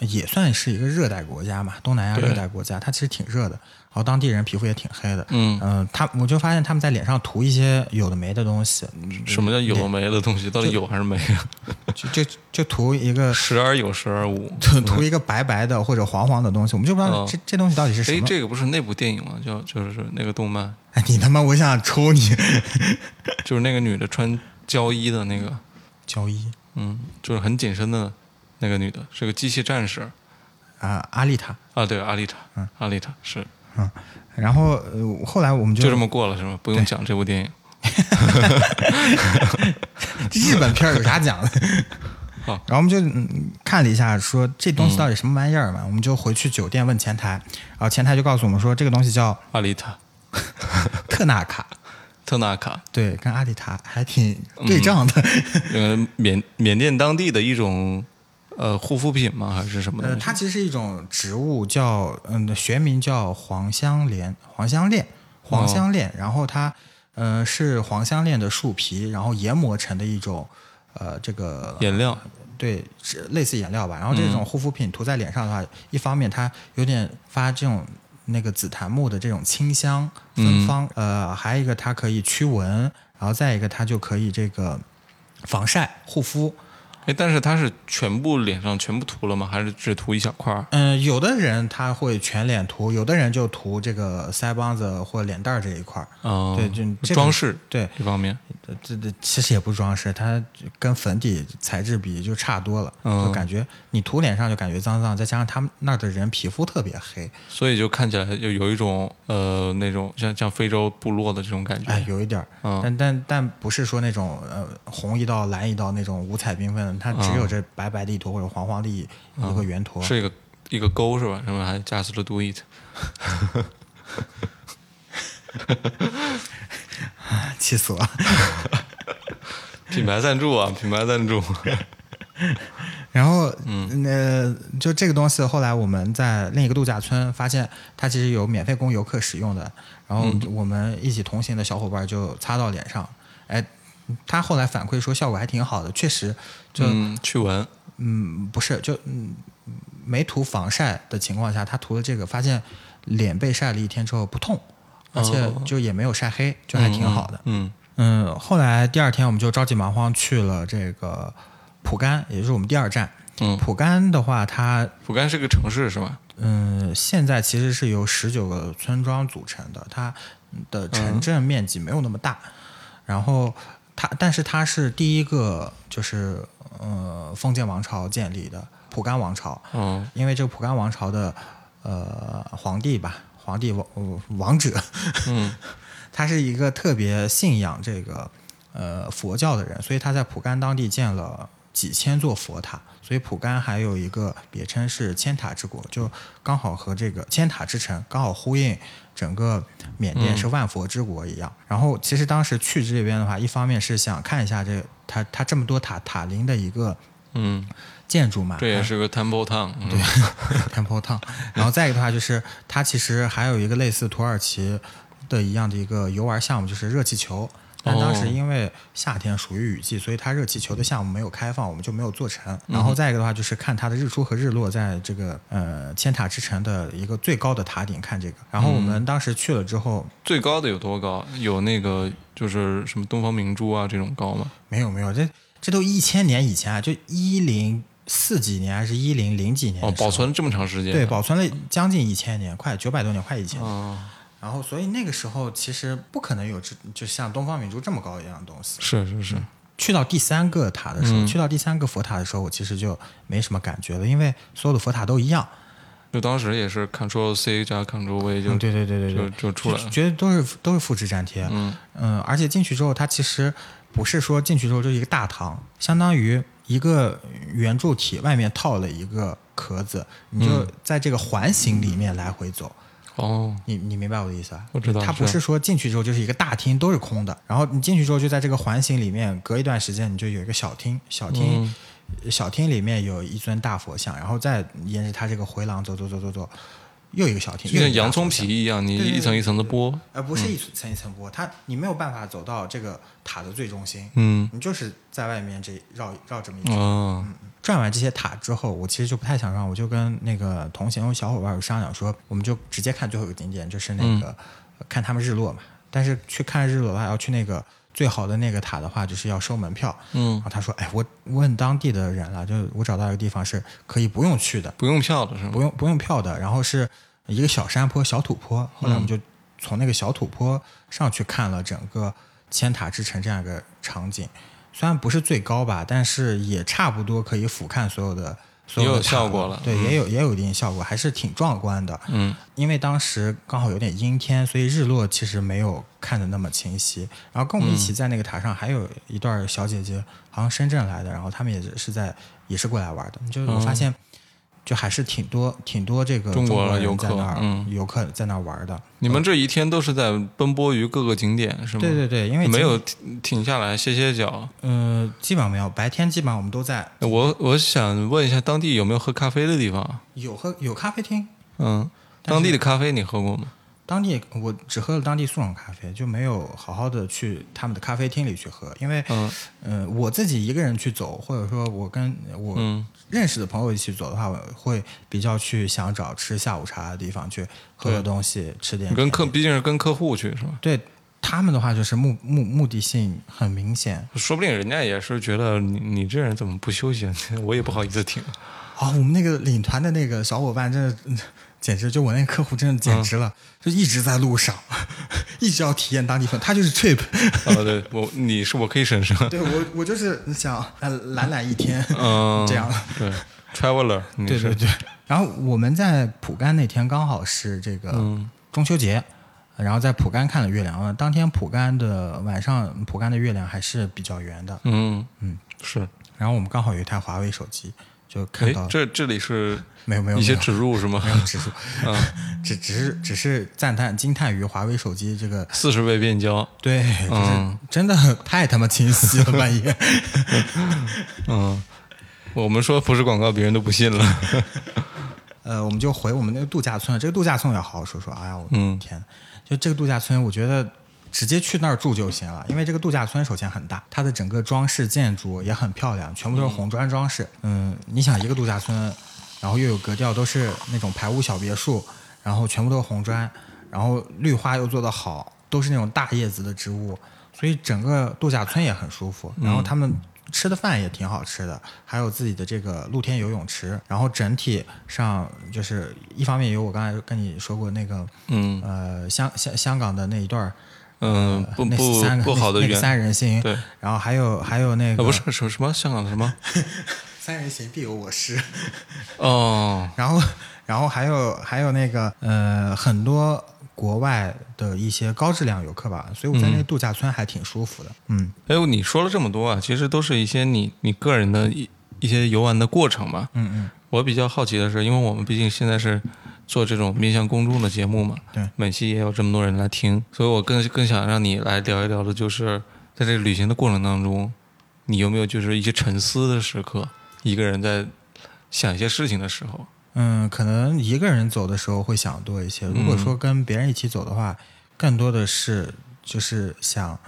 [SPEAKER 2] 也算是一个热带国家嘛，东南亚热带国家，它其实挺热的，然后当地人皮肤也挺黑的。
[SPEAKER 1] 嗯，
[SPEAKER 2] 嗯、他我就发现他们在脸上涂一些有的没的东西，
[SPEAKER 1] 什么叫有和没的东西？到底有还是没啊？
[SPEAKER 2] 就就就涂 一个
[SPEAKER 1] 时而有，时而 无。
[SPEAKER 2] 涂涂一个白白的或者黄黄的东西，我们就不知道
[SPEAKER 1] 嗯
[SPEAKER 2] 这、这东西到底是什
[SPEAKER 1] 哎，
[SPEAKER 2] 么。
[SPEAKER 1] 这个不是那部电影吗？叫就是那个动漫，
[SPEAKER 2] 哎，你他妈，我想抽你！
[SPEAKER 1] 就是那个女的穿胶衣的那个，
[SPEAKER 2] 交易
[SPEAKER 1] 嗯，就是很紧身的那个女的，是个机器战士
[SPEAKER 2] 啊，阿丽塔，
[SPEAKER 1] 啊。对，阿丽塔，阿丽塔是
[SPEAKER 2] 嗯，然后呃，后来我们就
[SPEAKER 1] 就这么过了是吗？不用讲这部电影。
[SPEAKER 2] 日本片儿有 啥讲的？
[SPEAKER 1] 好
[SPEAKER 2] 然后我们就、嗯、看了一下，说这东西到底什么玩意儿
[SPEAKER 1] 嗯
[SPEAKER 2] 嘛？我们就回去酒店问前台，然后前台就告诉我们说，这个东西叫
[SPEAKER 1] 阿丽塔，
[SPEAKER 2] 特纳卡，
[SPEAKER 1] 特纳卡，
[SPEAKER 2] 对，跟阿丽塔还挺
[SPEAKER 1] 嗯
[SPEAKER 2] 对仗的。
[SPEAKER 1] 呃，缅缅甸当地的一种呃护肤品吗？还是什么
[SPEAKER 2] 呃，
[SPEAKER 1] 东西？
[SPEAKER 2] 它其实是一种植物叫，嗯，学名叫黄香莲、黄香恋、黄香恋。然后它，呃，是黄香恋的树皮，然后研磨成的一种，呃，这个
[SPEAKER 1] 颜料，
[SPEAKER 2] 对，是类似颜料吧。然后这种护肤品涂在脸上的话，一方面它有点发这种那个紫檀木的这种清香芬芳，呃，还有一个它可以驱蚊，然后再一个它就可以这个防晒护肤。
[SPEAKER 1] 哎，但是它是全部脸上全部涂了吗？还是只涂一小块儿？
[SPEAKER 2] 嗯，有的人他会全脸涂，有的人就涂这个腮帮子或脸蛋儿这一块儿。
[SPEAKER 1] 哦，
[SPEAKER 2] 对就这个
[SPEAKER 1] 装饰
[SPEAKER 2] 对，
[SPEAKER 1] 这方面，
[SPEAKER 2] 呃这这其实也不装饰，它跟粉底材质比就差多了，
[SPEAKER 1] 嗯
[SPEAKER 2] 就感觉你涂脸上就感觉脏脏，再加上他们那儿的人皮肤特别黑，
[SPEAKER 1] 所以就看起来就有一种呃那种像像非洲部落的这种感觉。
[SPEAKER 2] 哎，有一点儿，
[SPEAKER 1] 嗯
[SPEAKER 2] 但但但不是说那种呃红一道蓝一道那种五彩缤纷的，它只有这白白的一坨或者黄黄的一一个圆
[SPEAKER 1] 嗯
[SPEAKER 2] 坨，
[SPEAKER 1] 是一个一个勾是吧？上面还加斯了 do it，
[SPEAKER 2] 气死我了。
[SPEAKER 1] 品牌赞助 啊，品牌赞助。
[SPEAKER 2] 然后，嗯，呃，就这个东西，后来我们在另一个度假村发现，它其实有免费供游客使用的。然后我们一起同行的小伙伴就擦到脸上，哎，他后来反馈说效果还挺好的，确实就
[SPEAKER 1] 嗯，去闻，
[SPEAKER 2] 嗯不是就嗯没涂防晒的情况下，他涂了这个，发现脸被晒了一天之后不痛，而且
[SPEAKER 1] 哦
[SPEAKER 2] 就也没有晒黑，就还挺好的。
[SPEAKER 1] 嗯，
[SPEAKER 2] 嗯，后来第二天我们就着急忙慌去了这个普甘，也就是我们第二站。
[SPEAKER 1] 嗯
[SPEAKER 2] 普甘的话，它
[SPEAKER 1] 嗯，蒲甘是个城市是吧？
[SPEAKER 2] 嗯现在其实是由十九个村庄组成的，它的城镇面积没有那么大。然后它，但是它是第一个就是呃封建王朝建立的普甘王朝，
[SPEAKER 1] 嗯，
[SPEAKER 2] 因为这个普甘王朝的呃皇帝吧，皇帝王呃王者，
[SPEAKER 1] 嗯，
[SPEAKER 2] 他是一个特别信仰这个呃佛教的人，所以他在普甘当地建了几千座佛塔，所以普甘还有一个别称是千塔之国，就刚好和这个千塔之城刚好呼应。整个缅甸是万佛之国一样，然后其实当时去这边的话，一方面是想看一下这它它这么多塔塔林的一个
[SPEAKER 1] 嗯，
[SPEAKER 2] 建筑嘛，
[SPEAKER 1] 这也是个 Temple Town，对，嗯
[SPEAKER 2] Temple Town，然后再一个的话就是，它其实还有一个类似土耳其的一样的一个游玩项目，就是热气球。但当
[SPEAKER 1] 哦
[SPEAKER 2] 时因为夏天属于雨季，所以它热气球的项目没有开放，我们就没有做成。然
[SPEAKER 1] 嗯
[SPEAKER 2] 后再一个的话就是看它的日出和日落，在这个呃千塔之城的一个最高的塔顶看这个。然后我
[SPEAKER 1] 嗯
[SPEAKER 2] 们当时去了之后，
[SPEAKER 1] 最高的有多高？有那个就是什么东方明珠啊这种高吗？
[SPEAKER 2] 没有没有，这这都一千年以前啊，就一零四几年还是一零零几年
[SPEAKER 1] 哦，
[SPEAKER 2] 的时
[SPEAKER 1] 保
[SPEAKER 2] 候
[SPEAKER 1] 存了这么长时间，
[SPEAKER 2] 对，保存了将近一千年，快九百多年，快一千年。
[SPEAKER 1] 啊，
[SPEAKER 2] 然后，所以那个时候其实不可能有这就像东方明珠这么高一样的东西。
[SPEAKER 1] 是是是，
[SPEAKER 2] 去到第三个塔的时候，
[SPEAKER 1] 嗯
[SPEAKER 2] 去到第三个佛塔的时候，我其实就没什么感觉了，因为所有的佛塔都一样。
[SPEAKER 1] 就当时也是 Control C 加 Control V 就
[SPEAKER 2] 嗯，对对对对
[SPEAKER 1] 就
[SPEAKER 2] 对，
[SPEAKER 1] 就出来
[SPEAKER 2] 就
[SPEAKER 1] 了，
[SPEAKER 2] 觉得都是都是复制粘贴。
[SPEAKER 1] 嗯
[SPEAKER 2] 嗯，而且进去之后，它其实不是说进去之后就一个大堂，相当于一个圆柱体外面套了一个壳子，你就
[SPEAKER 1] 嗯
[SPEAKER 2] 在这个环形里面来回走。
[SPEAKER 1] 哦，
[SPEAKER 2] 你你明白我的意思吧？
[SPEAKER 1] 我知道
[SPEAKER 2] 它不
[SPEAKER 1] 是
[SPEAKER 2] 是说进去之后就是一个大厅都是空的，然后你进去之后就在这个环形里面，隔一段时间你就有一个小厅，小厅、
[SPEAKER 1] 嗯
[SPEAKER 2] 呃小厅里面有一尊大佛像，然后再沿着它这个回廊走走走走走，又一个小厅，
[SPEAKER 1] 就
[SPEAKER 2] 又
[SPEAKER 1] 像
[SPEAKER 2] 一个大
[SPEAKER 1] 洋葱
[SPEAKER 2] 佛像
[SPEAKER 1] 皮，嗯一样，你
[SPEAKER 2] 对对对
[SPEAKER 1] 一层一层的剥，
[SPEAKER 2] 而不是一层一层剥，它你没有办法走到这个塔的最中心，
[SPEAKER 1] 嗯，
[SPEAKER 2] 你就是在外面这绕绕这么一圈。
[SPEAKER 1] 哦，
[SPEAKER 2] 转完这些塔之后，我其实就不太想让，我就跟那个同行小伙伴有商量说，我们就直接看最后一个景点，就是那个、呃看他们日落嘛。但是去看日落的话，要去那个最好的那个塔的话，就是要收门票。然
[SPEAKER 1] 嗯，
[SPEAKER 2] 后他说：“哎，我问当地的人了，就我找到一个地方是可以不用去的，
[SPEAKER 1] 不用票了是吗？
[SPEAKER 2] 不用不用票的，然后是一个小山坡、小土坡。后来
[SPEAKER 1] 嗯
[SPEAKER 2] 我们就从那个小土坡上去看了整个千塔之城这样一个场景，虽然不是最高吧，但是也差不多可以俯瞰所有的。所有
[SPEAKER 1] 也
[SPEAKER 2] 的
[SPEAKER 1] 有
[SPEAKER 2] 塔
[SPEAKER 1] 效果了
[SPEAKER 2] 对，也有也有一定效果，还是挺壮观的。
[SPEAKER 1] 嗯，
[SPEAKER 2] 因为当时刚好有点阴天，所以日落其实没有看的那么清晰。然后跟我们一
[SPEAKER 1] 嗯
[SPEAKER 2] 起在那个塔上还有一段小姐姐，好像深圳来的，然后他们也是在也是过来玩的。就是
[SPEAKER 1] 嗯
[SPEAKER 2] 我发现，就还是挺多挺多这个
[SPEAKER 1] 中国
[SPEAKER 2] 国
[SPEAKER 1] 游
[SPEAKER 2] 人在
[SPEAKER 1] 客
[SPEAKER 2] 那儿
[SPEAKER 1] 嗯
[SPEAKER 2] 游客在那儿玩的。
[SPEAKER 1] 你们这一天都是在奔波于各个景点是吗？
[SPEAKER 2] 呃对对对，因为
[SPEAKER 1] 没有停停下来歇歇脚。
[SPEAKER 2] 呃，基本上没有，白天基本上我们都在
[SPEAKER 1] 我我想问一下，当地有没有喝咖啡的地方？啊
[SPEAKER 2] 有喝有咖啡厅，
[SPEAKER 1] 嗯，当地的咖啡你喝过吗？
[SPEAKER 2] 当地我只喝了当地速溶咖啡，就没有好好的去他们的咖啡厅里去喝，因为，
[SPEAKER 1] 嗯
[SPEAKER 2] 呃，我自己一个人去走，或者说我跟我
[SPEAKER 1] 嗯
[SPEAKER 2] 认识的朋友一起走的话，我会比较去想找吃下午茶的地方去喝个东西，吃点
[SPEAKER 1] 你跟
[SPEAKER 2] 甜
[SPEAKER 1] 客毕竟是跟客户去是吧？
[SPEAKER 2] 对他们的话就是目目目的性很明显
[SPEAKER 1] 说不定人家也是觉得你你这人怎么不休息啊？ 我也不好意思停。
[SPEAKER 2] 啊、我们那个领团的那个小伙伴真的。嗯简直就我那个客户真的简直了，
[SPEAKER 1] 嗯
[SPEAKER 2] 就一直在路上， 一直要体验当地风，他就是 trip，
[SPEAKER 1] 啊，对我你是我可以婶婶。
[SPEAKER 2] 对我，我就是想呃懒懒一天，
[SPEAKER 1] 嗯，
[SPEAKER 2] 这样。
[SPEAKER 1] 对，traveler，你
[SPEAKER 2] 对
[SPEAKER 1] 是
[SPEAKER 2] 对对。然后我们在普甘那天刚好是这个
[SPEAKER 1] 嗯
[SPEAKER 2] 中秋节，然后在普甘看了月亮。当天普甘的晚上，普甘的月亮还是比较圆的。
[SPEAKER 1] 嗯嗯是。
[SPEAKER 2] 然后我们刚好有一台华为手机，就看
[SPEAKER 1] 哎
[SPEAKER 2] 到，
[SPEAKER 1] 这这里是
[SPEAKER 2] 没有没有
[SPEAKER 1] 一些
[SPEAKER 2] 没有
[SPEAKER 1] 植入是吗？
[SPEAKER 2] 没有 指数，
[SPEAKER 1] 嗯，
[SPEAKER 2] 只只是只是赞叹惊叹于华为手机这个
[SPEAKER 1] 四十倍变焦。
[SPEAKER 2] 对，就是
[SPEAKER 1] 嗯
[SPEAKER 2] 真的太他妈清晰了，半夜。
[SPEAKER 1] 嗯，我们说不是广告，别人都不信 了。
[SPEAKER 2] 呃，我们就回我们那个度假村了。这个度假村也好好说说。哎呀，我的
[SPEAKER 1] 嗯
[SPEAKER 2] 天，就这个度假村，我觉得直接去那儿住就行了，因为这个度假村首先很大，它的整个装饰建筑也很漂亮，全部都是红砖装饰。嗯，你想一个度假村，然后又有格调，都是那种排屋小别墅，然后全部都是红砖，然后绿化又做得好，都是那种大叶子的植物，所以整个度假村也很舒服。然后他们吃的饭也挺好吃的，还有自己的这个露天游泳池。然后整体上就是一方面有我刚才跟你说过那个，
[SPEAKER 1] 嗯
[SPEAKER 2] 呃，香香香港的那一段儿。
[SPEAKER 1] 嗯，不
[SPEAKER 2] 呃那三
[SPEAKER 1] 不
[SPEAKER 2] 个
[SPEAKER 1] 不好的
[SPEAKER 2] 那那
[SPEAKER 1] 原
[SPEAKER 2] 个三人行，
[SPEAKER 1] 对，
[SPEAKER 2] 然后还有还有那
[SPEAKER 1] 啊
[SPEAKER 2] 个、
[SPEAKER 1] 不是什什么香港的什么
[SPEAKER 2] 三人行必有我师，
[SPEAKER 1] 哦，
[SPEAKER 2] 然后然后还有还有那个呃很多国外的一些高质量游客吧，所以我在那
[SPEAKER 1] 嗯
[SPEAKER 2] 个度假村还挺舒服的，嗯
[SPEAKER 1] 哎呦，你说了这么多啊，其实都是一些你你个人的一一些游玩的过程嘛。
[SPEAKER 2] 嗯嗯，
[SPEAKER 1] 我比较好奇的是，因为我们毕竟现在是做这种面向公众的节目嘛，
[SPEAKER 2] 对，
[SPEAKER 1] 每期也有这么多人来听，所以我更更想让你来聊一聊的，就是在这个旅行的过程当中，你有没有就是一些沉思的时刻，一个人在想一些事情的时候，
[SPEAKER 2] 嗯，可能一个人走的时候会想多一些。如
[SPEAKER 1] 嗯
[SPEAKER 2] 果说跟别人一起走的话，更多的是就是想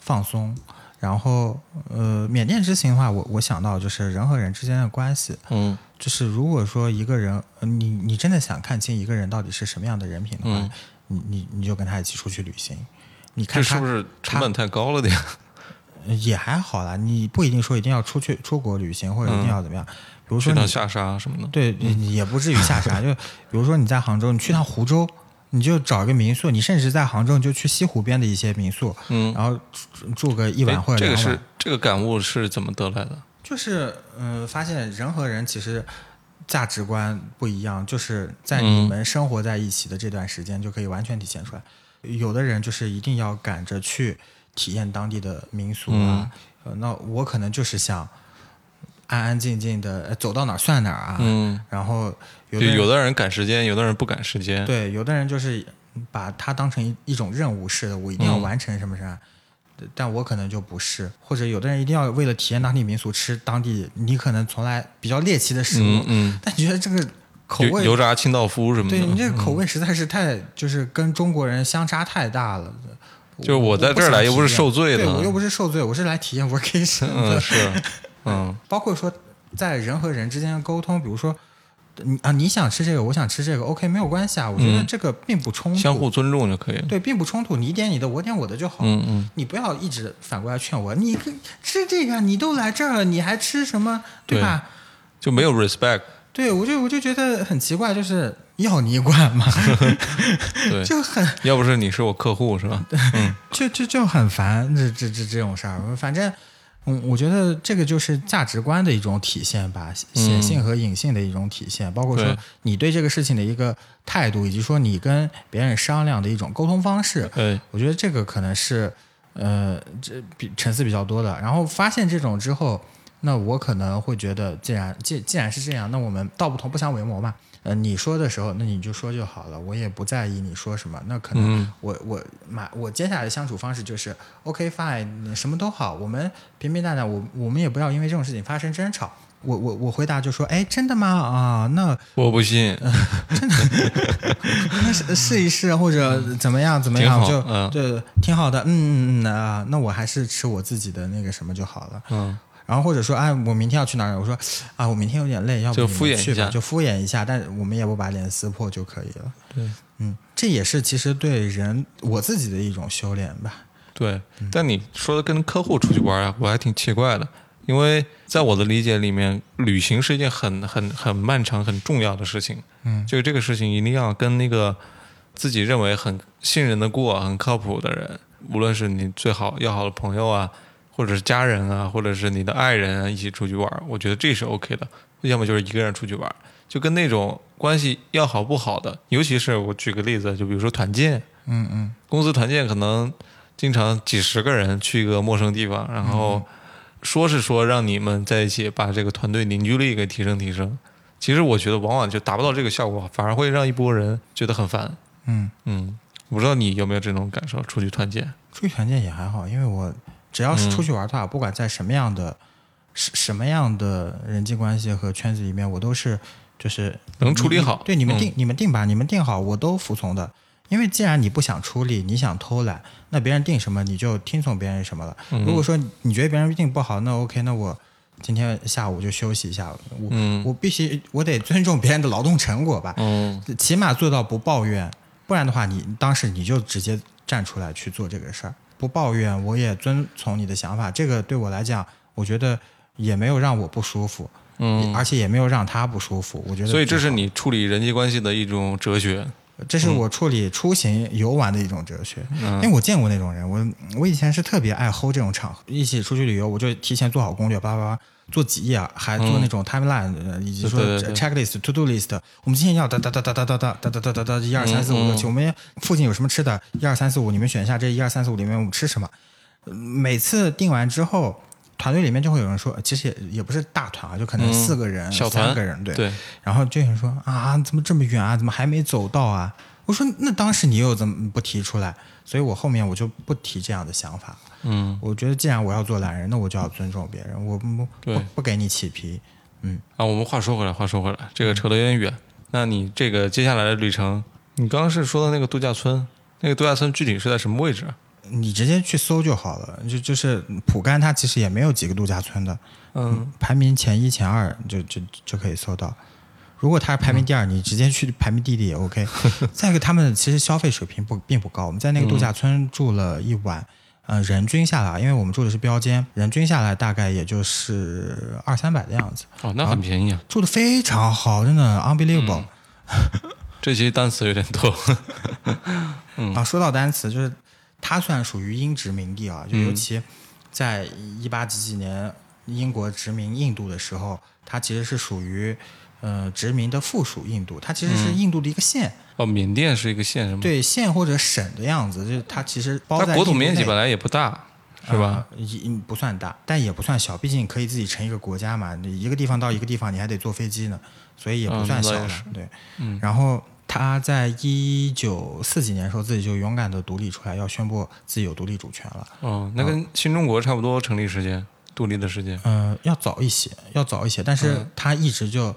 [SPEAKER 2] 放松。然后，呃，缅甸之行的话，我我想到就是人和人之间的关系，
[SPEAKER 1] 嗯
[SPEAKER 2] 就是如果说一个人，呃你你真的想看清一个人到底是什么样的人品的话，
[SPEAKER 1] 嗯
[SPEAKER 2] 你你你就跟他一起出去旅行，你看
[SPEAKER 1] 这
[SPEAKER 2] 他
[SPEAKER 1] 是
[SPEAKER 2] 呃
[SPEAKER 1] 不是成本太高了点？
[SPEAKER 2] 也还好啦，你不一定说一定要出去出国旅行或者一定要怎么样，比如说
[SPEAKER 1] 嗯去
[SPEAKER 2] 你
[SPEAKER 1] 趟下沙什么的？
[SPEAKER 2] 对，也不至于 下沙。就比如说你在杭州，你去趟湖州，你就找一个民宿，你甚至在杭州你就去西湖边的一些民宿，
[SPEAKER 1] 嗯，
[SPEAKER 2] 然后住住个一
[SPEAKER 1] 一
[SPEAKER 2] 晚或者
[SPEAKER 1] 哎这
[SPEAKER 2] 两
[SPEAKER 1] 个
[SPEAKER 2] 晚。啊
[SPEAKER 1] 是这个感悟是怎么得来的？
[SPEAKER 2] 就是嗯、呃发现人和人其实价值观不一样，就是在你
[SPEAKER 1] 嗯
[SPEAKER 2] 们生活在一起的这段时间就可以完全体现出来。有的人就是一定要赶着去体验当地的民俗
[SPEAKER 1] 嗯
[SPEAKER 2] 啊，呃，那我可能就是想安安静静的走到哪儿算哪儿啊。
[SPEAKER 1] 嗯，
[SPEAKER 2] 然后
[SPEAKER 1] 就
[SPEAKER 2] 有的人
[SPEAKER 1] 有的人赶时间，有的人不赶时间。嗯
[SPEAKER 2] 对，有的人就是把它当成一一种任务似的，我一定要
[SPEAKER 1] 嗯
[SPEAKER 2] 完成什么什么。但我可能就不是，或者有的人一定要为了体验当地民俗吃当地你可能从来比较猎奇的食物，
[SPEAKER 1] 嗯嗯，
[SPEAKER 2] 但你觉得这个口
[SPEAKER 1] 油油
[SPEAKER 2] 味，
[SPEAKER 1] 炸清道夫什么的。
[SPEAKER 2] 对你这个口味实在是太、就是跟中国人相差太大了。
[SPEAKER 1] 就是我在这儿来又不是受罪的
[SPEAKER 2] 对我又不是受罪，我是来体验 vacation 的。
[SPEAKER 1] 嗯，是，嗯
[SPEAKER 2] 包括说在人和人之间的沟通，比如说你啊你想吃这个，我想吃这个，OK 没有关系啊，我觉得
[SPEAKER 1] 嗯
[SPEAKER 2] 这个并不冲，突，
[SPEAKER 1] 相互尊重就可以了。
[SPEAKER 2] 对，并不冲突，你点你的，我点我的就好。
[SPEAKER 1] 嗯嗯，
[SPEAKER 2] 你不要一直反过来劝我，你可吃这个，你都来这儿了，你还吃什么，对
[SPEAKER 1] 对
[SPEAKER 2] 吧？
[SPEAKER 1] 就没有 respect，
[SPEAKER 2] 对我就我就觉得很奇怪，就是要你管嘛，
[SPEAKER 1] 对，
[SPEAKER 2] 就很
[SPEAKER 1] 要不是你是我客户是吧？
[SPEAKER 2] 就就就很烦这这这这种事儿。反正，嗯，我觉得这个就是价值观的一种体现吧，显性和隐性的一种体现，包括说
[SPEAKER 1] 嗯对
[SPEAKER 2] 你对这个事情的一个态度，以及说你跟别人商量的一种沟通方式。
[SPEAKER 1] 哎，
[SPEAKER 2] 我觉得这个可能是，呃，这比层次比较多的。然后发现这种之后，那我可能会觉得，既然既既然是这样，那我们道不同不相为谋嘛。呃，你说的时候，那你就说就好了，我也不在意你说什么。那可能
[SPEAKER 1] 嗯
[SPEAKER 2] 我、我马我接下来的相处方式就是，OK fine，什嗯么都好，我们平平淡淡，我我们也不要因为这种事情发生争吵。我我我回答就说，哎，真的吗？啊，那
[SPEAKER 1] 我不信，
[SPEAKER 2] 那试呃试一试或者怎么样怎么
[SPEAKER 1] 嗯挺
[SPEAKER 2] 样，
[SPEAKER 1] 好
[SPEAKER 2] 就、
[SPEAKER 1] 嗯
[SPEAKER 2] 对，挺好的，嗯嗯嗯啊，那我还是吃我自己的那个什么就好了。
[SPEAKER 1] 嗯，
[SPEAKER 2] 然后或者说，哎，我明天要去哪儿？我说，啊，我明天有点累，要不
[SPEAKER 1] 就
[SPEAKER 2] 你们
[SPEAKER 1] 敷衍一
[SPEAKER 2] 去吧
[SPEAKER 1] 下
[SPEAKER 2] 就敷衍一下，但我们也不把脸撕破就可以了。
[SPEAKER 1] 对
[SPEAKER 2] 嗯，这也是其实对人我自己的一种修炼吧。
[SPEAKER 1] 对。
[SPEAKER 2] 嗯
[SPEAKER 1] 但你说的跟客户出去玩啊，我还挺奇怪的，因为在我的理解里面，旅行是一件很很很漫长、很重要的事情。
[SPEAKER 2] 嗯
[SPEAKER 1] 就这个事情一定要跟那个自己认为很信任的过、很靠谱的人，无论是你最好要好的朋友啊，或者是家人啊，或者是你的爱人啊，一起出去玩儿，我觉得这是 OK 的。要么就是一个人出去玩儿，就跟那种关系要好不好的，尤其是我举个例子，就比如说团建，
[SPEAKER 2] 嗯嗯
[SPEAKER 1] 公司团建可能经常几十个人去一个陌生地方，然后说是说让你们在一起把这个团队凝聚力给提升提升，其实我觉得往往就达不到这个效果，反而会让一波人觉得很烦。
[SPEAKER 2] 嗯，
[SPEAKER 1] 嗯，我不知道你有没有这种感受，出去团建，
[SPEAKER 2] 出去团建也还好，因为我只要
[SPEAKER 1] 嗯
[SPEAKER 2] 是出去玩的话，不管在什么样的什什么样的人际关系和圈子里面，我都是就是
[SPEAKER 1] 能处理好
[SPEAKER 2] 你对你们
[SPEAKER 1] 嗯
[SPEAKER 2] 定、你们定吧，你们定好，我都服从的。因为既然你不想出力，你想偷懒，那别人定什么你就听从别人什么了。
[SPEAKER 1] 嗯
[SPEAKER 2] 如果说你觉得别人定不好，那 OK，那我今天下午就休息一下，我、
[SPEAKER 1] 嗯
[SPEAKER 2] 我必须我得尊重别人的劳动成果吧，
[SPEAKER 1] 嗯
[SPEAKER 2] 起码做到不抱怨，不然的话你当时你就直接站出来去做这个事儿，不抱怨，我也遵从你的想法，这个对我来讲，我觉得也没有让我不舒服，
[SPEAKER 1] 嗯，
[SPEAKER 2] 而且也没有让他不舒服，我觉得
[SPEAKER 1] 所以
[SPEAKER 2] 挺
[SPEAKER 1] 这是
[SPEAKER 2] 好
[SPEAKER 1] 你处理人际关系的一种哲学。
[SPEAKER 2] 这是我处理出行游玩的一种哲学，
[SPEAKER 1] 嗯
[SPEAKER 2] 因为我见过那种人，我我以前是特别爱齁这种场合，一起出去旅游，我就提前做好攻略，叭叭叭，做几页，啊还做那种 timeline，、呃以及说
[SPEAKER 1] 嗯对对对
[SPEAKER 2] checklist、to do list，我们今天要哒哒哒哒哒哒哒哒哒哒哒哒一二三四
[SPEAKER 1] 嗯
[SPEAKER 2] 五六七，我们附近有什么吃的，一二三四五，你们选一下这一二三四五里面我们吃什么。呃每次定完之后，团队里面就会有人说，呃其实也也不是大团啊，就可能
[SPEAKER 1] 嗯
[SPEAKER 2] 四个人、
[SPEAKER 1] 小团
[SPEAKER 2] 三个人，对，
[SPEAKER 1] 对，
[SPEAKER 2] 然后这人说啊，怎么这么远啊？怎么还没走到啊？我说那当时你又怎么不提出来？所以我后面我就不提这样的想法了。
[SPEAKER 1] 嗯
[SPEAKER 2] 我觉得既然我要做懒人，那我就要尊重别人，我不
[SPEAKER 1] 对
[SPEAKER 2] 不不给你起皮。
[SPEAKER 1] 啊，我们话说回来，话说回来，这个扯得有点远。那你这个接下来的旅程，你刚刚是说的那个度假村，那个度假村具体是在什么位置啊？
[SPEAKER 2] 你直接去搜就好了，就就是普甘，它其实也没有几个度假村的，
[SPEAKER 1] 嗯，
[SPEAKER 2] 排名前一、前二就就就可以搜到。如果它排名第二，你直接去排名第一也 OK。再一个，他们其实消费水平不并不高。我们在那个度假村住了一晚，呃，人均下来，因为我们住的是标间，人均下来大概也就是二三百的样子，
[SPEAKER 1] 哦，那很便宜啊。
[SPEAKER 2] 住的非常好，真的 unbelievable、
[SPEAKER 1] 这期单词有点 多。嗯
[SPEAKER 2] 啊！说到单词，就是它虽然属于英殖民地啊，就
[SPEAKER 1] 嗯
[SPEAKER 2] 尤其在一八几几年英国殖民印度的时候，它其实是属于呃殖民的附属印度，它其实是
[SPEAKER 1] 嗯
[SPEAKER 2] 印度的一个县。
[SPEAKER 1] 哦，缅甸是一个县是吗？，
[SPEAKER 2] 对县或者省的样子，就是它其实包
[SPEAKER 1] 它
[SPEAKER 2] 在
[SPEAKER 1] 国土
[SPEAKER 2] 印度
[SPEAKER 1] 面积
[SPEAKER 2] 内
[SPEAKER 1] 本来也不大，是吧？？
[SPEAKER 2] 呃一、不算大，但也不算小，毕竟可以自己成一个国家嘛。你一个地方到一个地方，你还得坐飞机呢，所以也不
[SPEAKER 1] 嗯
[SPEAKER 2] 算
[SPEAKER 1] 那
[SPEAKER 2] 小
[SPEAKER 1] 也
[SPEAKER 2] 了。
[SPEAKER 1] 是嗯
[SPEAKER 2] 对，然后他在一九四几年的时候，自己就勇敢的独立出来，要宣布自己有独立主权了。
[SPEAKER 1] 哦，那跟新中国差不多成立时间，独立的时间。
[SPEAKER 2] 嗯、要早一些，要早一些，但是他一直就。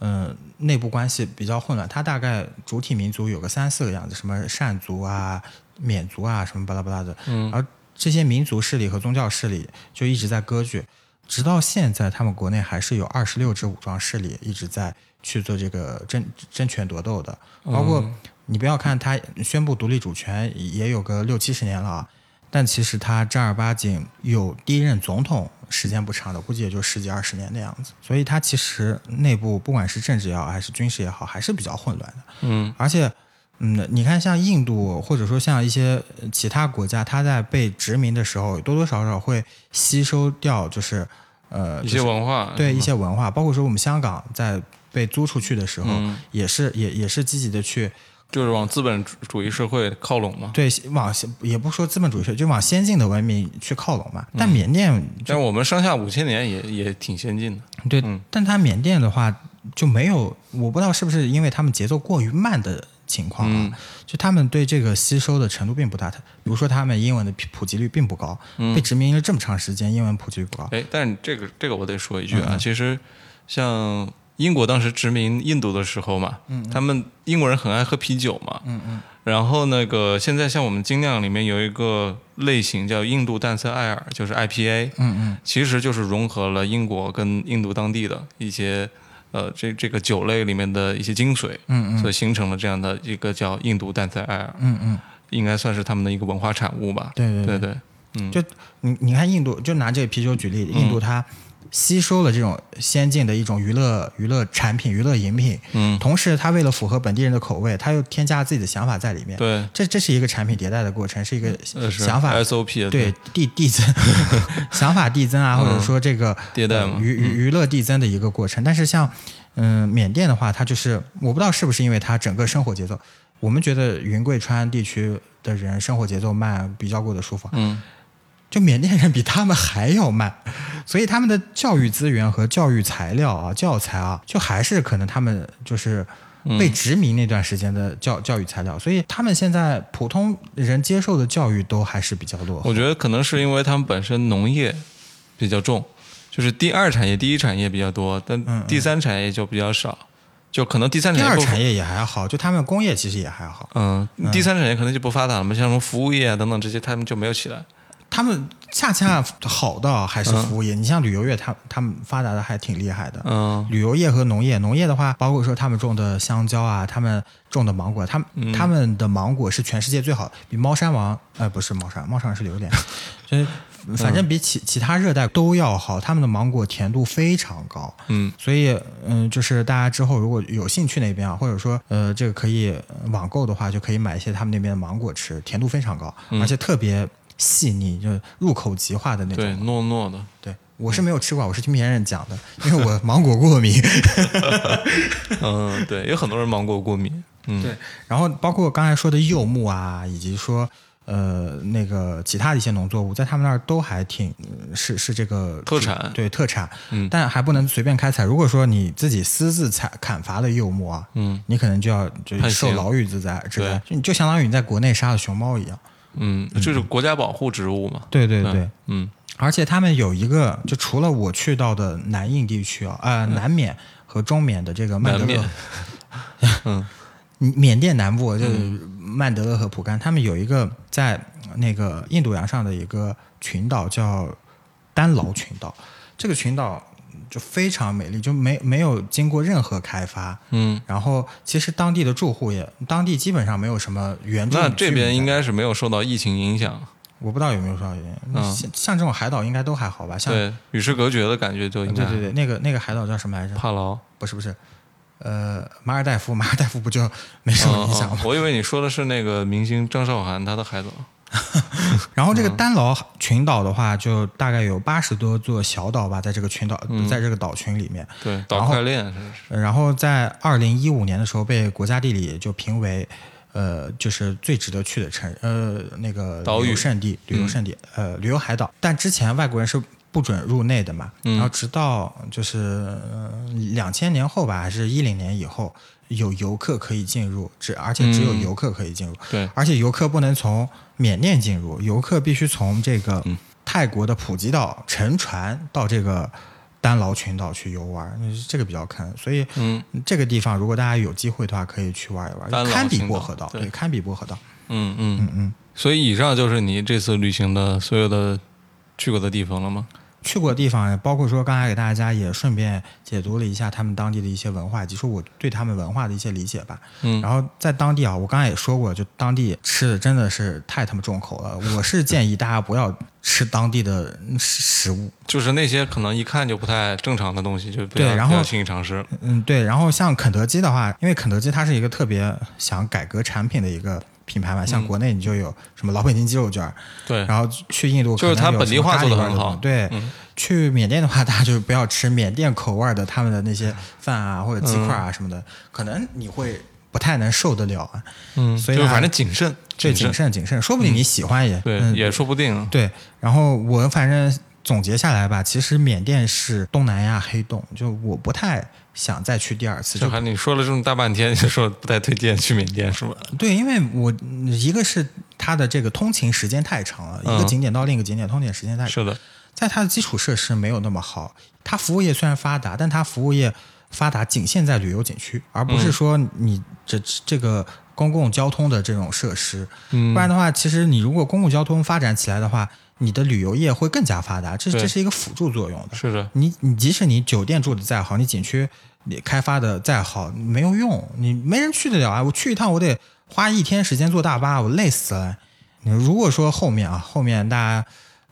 [SPEAKER 2] 嗯，内部关系比较混乱。他大概主体民族有个三四个样子，什么善族啊、缅族啊，什么巴拉巴拉的。
[SPEAKER 1] 嗯
[SPEAKER 2] 而这些民族势力和宗教势力就一直在割据，直到现在，他们国内还是有二十六支武装势力一直在去做这个争争权夺斗的。包括你不要看他宣布独立主权也有个六七十年了啊，但其实他正儿八经有第一任总统时间不长的，估计也就十几二十年的样子。所以他其实内部不管是政治也好，还是军事也好，还是比较混乱的。
[SPEAKER 1] 嗯
[SPEAKER 2] 而且，嗯，你看像印度或者说像一些呃其他国家，它在被殖民的时候，多多少少会吸收掉，就是呃，
[SPEAKER 1] 一
[SPEAKER 2] 就
[SPEAKER 1] 些
[SPEAKER 2] 是
[SPEAKER 1] 文化。
[SPEAKER 2] 对
[SPEAKER 1] 是
[SPEAKER 2] 一
[SPEAKER 1] 吗
[SPEAKER 2] 些文化，包括说我们香港在被租出去的时候，
[SPEAKER 1] 嗯
[SPEAKER 2] 也是也也是积极的去
[SPEAKER 1] 就是往资本主主义社会靠拢嘛。
[SPEAKER 2] 对往先也不说资本主义社会，就往先进的文明去靠拢嘛。
[SPEAKER 1] 嗯
[SPEAKER 2] 但缅甸就、
[SPEAKER 1] 但我们上下五千年也也挺先进的。
[SPEAKER 2] 对，
[SPEAKER 1] 嗯
[SPEAKER 2] 但它缅甸的话就没有，我不知道是不是因为他们节奏过于慢的情况啊，
[SPEAKER 1] 嗯
[SPEAKER 2] 就他们对这个吸收的程度并不大。它比如说他们英文的普普及率并不高，
[SPEAKER 1] 嗯
[SPEAKER 2] 被殖民了这么长时间，英文普及率不高。
[SPEAKER 1] 哎，但是这个这个我得说一句
[SPEAKER 2] 嗯
[SPEAKER 1] 啊，其实像英国当时殖民印度的时候嘛，他们英国人很爱喝啤酒嘛，
[SPEAKER 2] 嗯嗯，
[SPEAKER 1] 然后那个现在像我们精酿里面有一个类型叫印度淡色艾尔，就是 IPA，
[SPEAKER 2] 嗯嗯
[SPEAKER 1] 其实就是融合了英国跟印度当地的一些呃这这个酒类里面的一些精髓，
[SPEAKER 2] 嗯嗯
[SPEAKER 1] 所以形成了这样的一个叫印度淡色艾尔，
[SPEAKER 2] 嗯嗯，
[SPEAKER 1] 应该算是他们的一个文化产物吧。
[SPEAKER 2] 对对
[SPEAKER 1] 对
[SPEAKER 2] 对
[SPEAKER 1] 对，嗯，
[SPEAKER 2] 就你你看印度，就拿这个啤酒举例，印度它吸收了这种先进的一种娱乐娱乐产品、娱乐饮品，
[SPEAKER 1] 嗯
[SPEAKER 2] 同时它为了符合本地人的口味，它又添加自己的想法在里面。
[SPEAKER 1] 对，
[SPEAKER 2] 这这是一个产品迭代的过程，是一个
[SPEAKER 1] 呃是
[SPEAKER 2] 想法
[SPEAKER 1] SOP
[SPEAKER 2] 对递 递增想法递增啊，或者说这个
[SPEAKER 1] 嗯迭代
[SPEAKER 2] 呃
[SPEAKER 1] 嘛嗯
[SPEAKER 2] 娱娱娱乐递增的一个过程。但是像嗯、缅甸的话，它就是我不知道是不是因为它整个生活节奏，我们觉得云贵川地区的人生活节奏慢，比较过得舒服，
[SPEAKER 1] 嗯
[SPEAKER 2] 就缅甸人比他们还要慢，所以他们的教育资源和教育材料啊、教材啊，就还是可能他们就是被殖民那段时间的教教育材料，所以他们现在普通人接受的教育都还是比较落后。
[SPEAKER 1] 我觉得可能是因为他们本身农业比较重，就是第二产业、第一产业比较多，但第三产业就比较少。就可能第三
[SPEAKER 2] 嗯第
[SPEAKER 1] 产业
[SPEAKER 2] 二
[SPEAKER 1] 不
[SPEAKER 2] 产业也还好，就他们工业其实也还好，
[SPEAKER 1] 嗯，第三产业可能就不发达了嘛，像什么服务业啊等等这些，他们就没有起来。
[SPEAKER 2] 他们恰恰好的啊还是服务业。你像旅游业，他他们发达的还挺厉害的。
[SPEAKER 1] 嗯
[SPEAKER 2] 旅游业和农业，农业的话，包括说他们种的香蕉啊，他们种的芒果，他们、他们的芒果是全世界最好的，比猫山王呃不是猫山，猫山王是榴莲，就是反正比其其他热带都要好，他们的芒果甜度非常高。
[SPEAKER 1] 嗯
[SPEAKER 2] 所以，嗯，就是大家之后如果有兴趣那边啊，或者说，呃，这个可以呃网购的话，就可以买一些他们那边的芒果吃，甜度非常高，而且特别细腻，就是入口即化的那种。
[SPEAKER 1] 对，糯糯的。
[SPEAKER 2] 对，我是没有吃过，我是听别人讲的，因为我芒果过敏。
[SPEAKER 1] 嗯，对，有很多人芒果过敏。嗯，
[SPEAKER 2] 对，然后包括刚才说的柚木啊，以及说呃那个其他的一些农作物，在他们那儿都还挺呃是是这个
[SPEAKER 1] 特产
[SPEAKER 2] 对特产，
[SPEAKER 1] 嗯
[SPEAKER 2] 但还不能随便开采。如果说你自己私自采砍伐了柚木啊，
[SPEAKER 1] 嗯，
[SPEAKER 2] 你可能就要就
[SPEAKER 1] 判
[SPEAKER 2] 受
[SPEAKER 1] 刑
[SPEAKER 2] 牢狱之灾之灾，就你就相当于你在国内杀了熊猫一样。
[SPEAKER 1] 嗯，就是国家保护植物嘛。
[SPEAKER 2] 对对对。
[SPEAKER 1] 嗯
[SPEAKER 2] 而且他们有一个，就除了我去到的南印地区啊，呃，南缅和中缅的这个曼德
[SPEAKER 1] 嗯南
[SPEAKER 2] 勒
[SPEAKER 1] 缅， 嗯，
[SPEAKER 2] 缅甸南部就是曼德勒和蒲甘，他们有一个在那个印度洋上的一个群岛叫丹劳群岛，这个群岛就非常美丽，就没没有经过任何开发。
[SPEAKER 1] 嗯，
[SPEAKER 2] 然后，其实当地的住户也，当地基本上没有什么原住民
[SPEAKER 1] 那
[SPEAKER 2] 居民
[SPEAKER 1] 这边应
[SPEAKER 2] 的
[SPEAKER 1] 该是没有受到疫情影响，
[SPEAKER 2] 我不知道有没有受到原因。
[SPEAKER 1] 嗯
[SPEAKER 2] 像像这种海岛应该都还好吧？像
[SPEAKER 1] 对，与世隔绝的感觉就应
[SPEAKER 2] 对
[SPEAKER 1] 该
[SPEAKER 2] 对对，那个那个海岛叫什么来着？
[SPEAKER 1] 帕劳。
[SPEAKER 2] 不是不是，呃，马尔代夫，马尔代夫不就没什么
[SPEAKER 1] 嗯
[SPEAKER 2] 影响吗？
[SPEAKER 1] 嗯，我以为你说的是那个明星张韶涵她的海岛。
[SPEAKER 2] 然后这个丹老群岛的话，就大概有八十多座小岛吧，在这个群岛，在这个岛群里面。
[SPEAKER 1] 对，岛快链是不是
[SPEAKER 2] 呃然后在二零一五年的时候，被国家地理就评为，呃，就是最值得去的城，呃，那个
[SPEAKER 1] 岛屿嗯
[SPEAKER 2] 旅游胜地、旅游胜地，呃，旅游海岛。但之前外国人是不准入内的嘛，
[SPEAKER 1] 嗯
[SPEAKER 2] 然后直到就是呃两千、0年后吧，还是一零年以后，有游客可以进入，只而且只有
[SPEAKER 1] 嗯
[SPEAKER 2] 游客可以进入，
[SPEAKER 1] 对，
[SPEAKER 2] 而且游客不能从缅甸进入，游客必须从这个
[SPEAKER 1] 嗯
[SPEAKER 2] 泰国的普吉岛乘船到这个丹劳群岛去游玩，嗯这个比较坑。所以，
[SPEAKER 1] 嗯
[SPEAKER 2] 这个地方如果大家有机会的话，可以去玩一
[SPEAKER 1] 丹劳
[SPEAKER 2] 玩，堪比
[SPEAKER 1] 群岛
[SPEAKER 2] 薄荷岛，
[SPEAKER 1] 对
[SPEAKER 2] 对，堪比薄荷岛。
[SPEAKER 1] 嗯嗯
[SPEAKER 2] 嗯嗯，
[SPEAKER 1] 所以以上就是你这次旅行的所有的去过的地方了吗？
[SPEAKER 2] 去过的地方，包括说刚才给大家也顺便解读了一下他们当地的一些文化，以及说我对他们文化的一些理解吧。
[SPEAKER 1] 嗯
[SPEAKER 2] 然后在当地啊，我刚才也说过，就当地吃的真的是太他妈重口了。我是建议大家不要吃当地的食食物。
[SPEAKER 1] 就是那些可能一看就不太正常的东西，就不
[SPEAKER 2] 对
[SPEAKER 1] 要
[SPEAKER 2] 然后
[SPEAKER 1] 不要轻易尝试。
[SPEAKER 2] 嗯，对。然后像肯德基的话，因为肯德基它是一个特别想改革产品的一个品牌嘛，像国内你就有什么老北京鸡肉卷儿，
[SPEAKER 1] 对，
[SPEAKER 2] 然后去印度
[SPEAKER 1] 嗯就是
[SPEAKER 2] 可能
[SPEAKER 1] 它
[SPEAKER 2] 有
[SPEAKER 1] 本
[SPEAKER 2] 什
[SPEAKER 1] 地
[SPEAKER 2] 么
[SPEAKER 1] 化
[SPEAKER 2] 咖
[SPEAKER 1] 做
[SPEAKER 2] 喱
[SPEAKER 1] 得
[SPEAKER 2] 味儿
[SPEAKER 1] 很
[SPEAKER 2] 的
[SPEAKER 1] 好嗯
[SPEAKER 2] 东西对，去缅甸的话，大家就不要吃缅甸口味儿的他们的那些饭啊或者鸡块啊什么的，可能你会不太能受得了啊。
[SPEAKER 1] 嗯，
[SPEAKER 2] 所以
[SPEAKER 1] 就
[SPEAKER 2] 呢
[SPEAKER 1] 反正谨慎，
[SPEAKER 2] 对，
[SPEAKER 1] 谨
[SPEAKER 2] 谨慎谨慎，说不定你喜欢也、
[SPEAKER 1] 对，
[SPEAKER 2] 嗯
[SPEAKER 1] 也说不定。
[SPEAKER 2] 对，然后我反正总结下来吧，其实缅甸是东南亚黑洞，就我不太想再去第二次。
[SPEAKER 1] 小
[SPEAKER 2] 就
[SPEAKER 1] 韩，你说了这么大半天，就说不太推荐去缅甸是吧？
[SPEAKER 2] 对，因为我嗯一个是它的这个通勤时间太长了，一个
[SPEAKER 1] 嗯
[SPEAKER 2] 景点到另一个景点通勤时间太长，
[SPEAKER 1] 是的，
[SPEAKER 2] 在它的基础设施没有那么好，它服务业虽然发达，但它服务业发达仅限在旅游景区，而不是说你这这个。公共交通的这种设施，
[SPEAKER 1] 嗯
[SPEAKER 2] 不然的话，其实你如果公共交通发展起来的话，你的旅游业会更加发达，这这
[SPEAKER 1] 对
[SPEAKER 2] 是一个辅助作用的。
[SPEAKER 1] 是的，
[SPEAKER 2] 你你即使你酒店住的再好，你景区你开发的再好，没有用，你没人去得了啊！我去一趟，我得花一天时间坐大巴，我累死了。你如果说后面啊，后面大家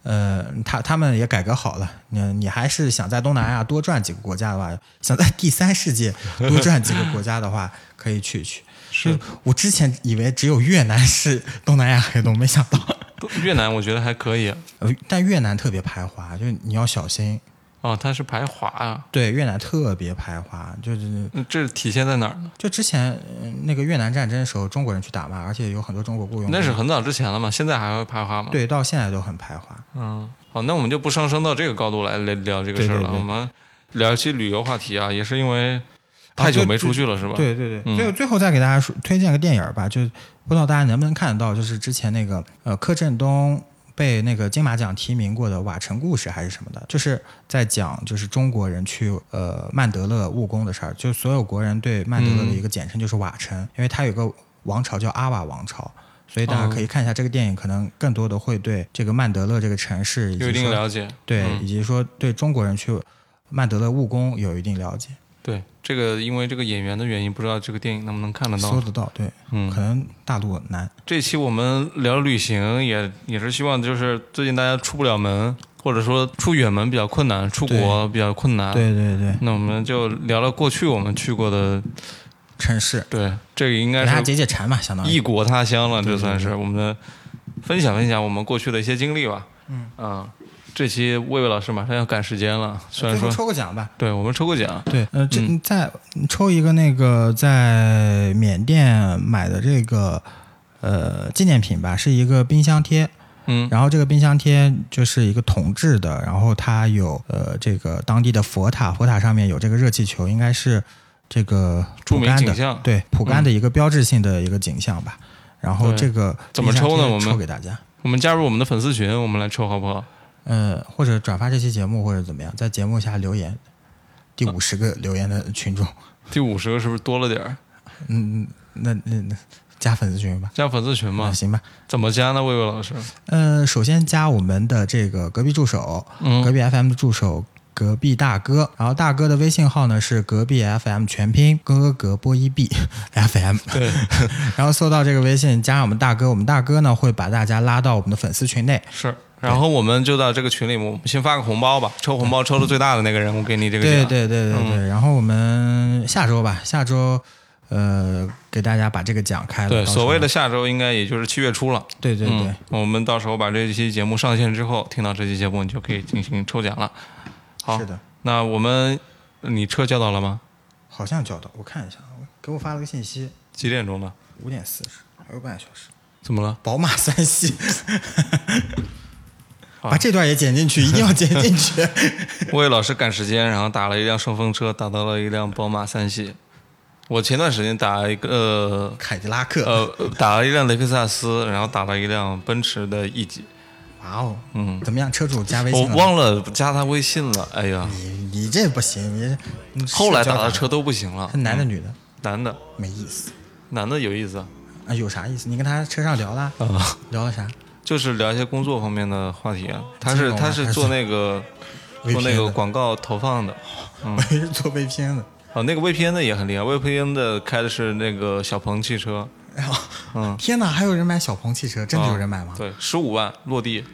[SPEAKER 2] 呃，他他们也改革好了，你你还是想在东南亚多转几个国家的话，想在第三世界多转几个国家的话，可以去一去。
[SPEAKER 1] 是
[SPEAKER 2] 就我之前以为只有越南是东南亚黑洞，没想到，
[SPEAKER 1] 越南我觉得还可以。啊
[SPEAKER 2] 呃但越南特别排华，就是你要小心。
[SPEAKER 1] 哦，它是排华啊，
[SPEAKER 2] 对越南特别排华，就是
[SPEAKER 1] 嗯这体现在哪儿呢？
[SPEAKER 2] 就之前呃那个越南战争的时候，中国人去打嘛，而且有很多中国雇佣
[SPEAKER 1] 那
[SPEAKER 2] 兵
[SPEAKER 1] 是很早之前了嘛，现在还会排华吗？，
[SPEAKER 2] 对，到现在都很排华。
[SPEAKER 1] 嗯，好，那我们就不上升到这个高度来聊聊这个事儿了。
[SPEAKER 2] 对对对
[SPEAKER 1] 我们聊一期旅游话题啊，也是因为太久
[SPEAKER 2] 就
[SPEAKER 1] 没出去了，是吧？，嗯
[SPEAKER 2] 对对对，最、最后再给大家说推荐个电影吧，就不知道大家能不能看得到，就是之前那个呃柯震东被那个金马奖提名过的《瓦城故事》还是什么的，就是在讲就是中国人去呃曼德勒务工的事儿，就是所有国人对曼德勒
[SPEAKER 1] 嗯
[SPEAKER 2] 的一个简称就是瓦城，因为它有个王朝叫阿瓦王朝。所以大
[SPEAKER 1] 哦
[SPEAKER 2] 家可以看一下这个电影，可能更多的会对这个曼德勒这个城市以
[SPEAKER 1] 有一
[SPEAKER 2] 及
[SPEAKER 1] 定
[SPEAKER 2] 说
[SPEAKER 1] 了解。
[SPEAKER 2] 对，
[SPEAKER 1] 嗯
[SPEAKER 2] 以及说对中国人去曼德勒务工有一定了解，
[SPEAKER 1] 对这个，因为这个演员的原因，不知道这个电影能不能看得
[SPEAKER 2] 搜
[SPEAKER 1] 到。
[SPEAKER 2] 得到。对，
[SPEAKER 1] 嗯
[SPEAKER 2] 可，能大陆难。
[SPEAKER 1] 这期我们聊旅行也，也是希望就是最近大家出不了门，或者说出远门比较困难，出国比较困难。，
[SPEAKER 2] 对对对，
[SPEAKER 1] 那我们就聊聊过去我们去过的，
[SPEAKER 2] 城市
[SPEAKER 1] 对，这个应
[SPEAKER 2] 给大家
[SPEAKER 1] 该是
[SPEAKER 2] 解解馋嘛，相当于
[SPEAKER 1] 异国他乡了，
[SPEAKER 2] 对
[SPEAKER 1] 这算是我们的分享分享我们过去的一些经历吧。嗯，啊，这期魏魏老师马上要赶时间了，虽
[SPEAKER 2] 最
[SPEAKER 1] 然
[SPEAKER 2] 后
[SPEAKER 1] 说
[SPEAKER 2] 哎抽个奖吧。
[SPEAKER 1] 对我们抽过奖，
[SPEAKER 2] 对，呃，这
[SPEAKER 1] 嗯
[SPEAKER 2] 你再抽一个那个在缅甸买的这个呃纪念品吧，是一个冰箱贴。
[SPEAKER 1] 嗯
[SPEAKER 2] 然后这个冰箱贴就是一个铜制的，然后它有呃这个当地的佛塔，佛塔上面有这个热气球，应该是这个
[SPEAKER 1] 著
[SPEAKER 2] 蒲
[SPEAKER 1] 名
[SPEAKER 2] 甘
[SPEAKER 1] 景
[SPEAKER 2] 的
[SPEAKER 1] 象嗯
[SPEAKER 2] 对蒲甘的一个标志性的一个景象吧。然后
[SPEAKER 1] 对
[SPEAKER 2] 这个
[SPEAKER 1] 怎么
[SPEAKER 2] 冰箱
[SPEAKER 1] 抽呢
[SPEAKER 2] 贴
[SPEAKER 1] 我们
[SPEAKER 2] 抽给大家，
[SPEAKER 1] 我们加入我们的粉丝群，我们来抽好不好？
[SPEAKER 2] 呃，或者转发这期节目，或者怎么样，在节目下留言。第五十个留言的群众，
[SPEAKER 1] 第五十个是不是多了点儿？
[SPEAKER 2] 嗯，那那那加粉丝群吧，
[SPEAKER 1] 加粉丝群
[SPEAKER 2] 那
[SPEAKER 1] 嘛？
[SPEAKER 2] 行吧。
[SPEAKER 1] 怎么加呢？魏魏老师，
[SPEAKER 2] 呃，首先加我们的这个隔壁助手，隔
[SPEAKER 1] 嗯，
[SPEAKER 2] 壁 FM 的助手隔壁大哥，然后大哥的微信号呢是隔壁 FM 全拼，哥哥隔波一 B FM，
[SPEAKER 1] 对，
[SPEAKER 2] 然后搜到这个微信，加上我们大哥，我们大哥呢会把大家拉到我们的粉丝群内。
[SPEAKER 1] 是。然后我们就到这个群里，我们先发个红包吧，抽红包抽的最大的那个人，我给你这个嗯
[SPEAKER 2] 对
[SPEAKER 1] 奖。
[SPEAKER 2] 对对对对，然后我们下周吧，下周呃给大家把这个奖开了。
[SPEAKER 1] 对，
[SPEAKER 2] 到时候
[SPEAKER 1] 所谓的下周应该也就是七月初了。
[SPEAKER 2] 对对对
[SPEAKER 1] 嗯，，我们到时候把这期节目上线之后，听到这期节目，你就可以进行抽奖了。好
[SPEAKER 2] 是，的，
[SPEAKER 1] 那我们你车叫到了吗？
[SPEAKER 2] 好像叫到，我看一下，给我发了个信息，
[SPEAKER 1] 几点钟了？
[SPEAKER 2] 五点四十，还有半个小时。
[SPEAKER 1] 怎么了？
[SPEAKER 2] 宝马三系，
[SPEAKER 1] 好
[SPEAKER 2] 把这段也剪进去，一定要剪 进去。
[SPEAKER 1] 魏老师赶时间，然后打了一辆顺风车，打到了一辆宝马三系。我前段时间打一个
[SPEAKER 2] 凯迪拉克，
[SPEAKER 1] 呃呃打了一辆雷克萨斯，然后打了一辆奔驰的 E 级。
[SPEAKER 2] 哇哦，
[SPEAKER 1] 嗯，
[SPEAKER 2] 怎么样？车主加微
[SPEAKER 1] 我
[SPEAKER 2] 信了吗
[SPEAKER 1] 忘了加他微信了。哎呀，
[SPEAKER 2] 你，你这不行，你这你
[SPEAKER 1] 后来打
[SPEAKER 2] 社交
[SPEAKER 1] 的
[SPEAKER 2] 法
[SPEAKER 1] 车都不行了
[SPEAKER 2] 他。男的女的
[SPEAKER 1] 男的，
[SPEAKER 2] 没意思
[SPEAKER 1] 男的有意思啊、
[SPEAKER 2] 啊，有啥意思？你跟他车上聊啦，
[SPEAKER 1] 嗯
[SPEAKER 2] 聊了啥？
[SPEAKER 1] 就是聊一些工作方面的话题啊。他
[SPEAKER 2] 金
[SPEAKER 1] 是
[SPEAKER 2] 融啊
[SPEAKER 1] 他是
[SPEAKER 2] 还是
[SPEAKER 1] 做那 个
[SPEAKER 2] 微
[SPEAKER 1] 做那
[SPEAKER 2] 片
[SPEAKER 1] 个
[SPEAKER 2] 的
[SPEAKER 1] 广告投放的。嗯
[SPEAKER 2] 我以为是做 VPN 的，
[SPEAKER 1] 哦，那个 VPN 的也很厉害，VPN 的开的是那个小鹏汽车，
[SPEAKER 2] 然后
[SPEAKER 1] 嗯，
[SPEAKER 2] 哎
[SPEAKER 1] 哦
[SPEAKER 2] 天哪，还有人买小鹏汽车，真的有人买吗？
[SPEAKER 1] 对，十五万落地，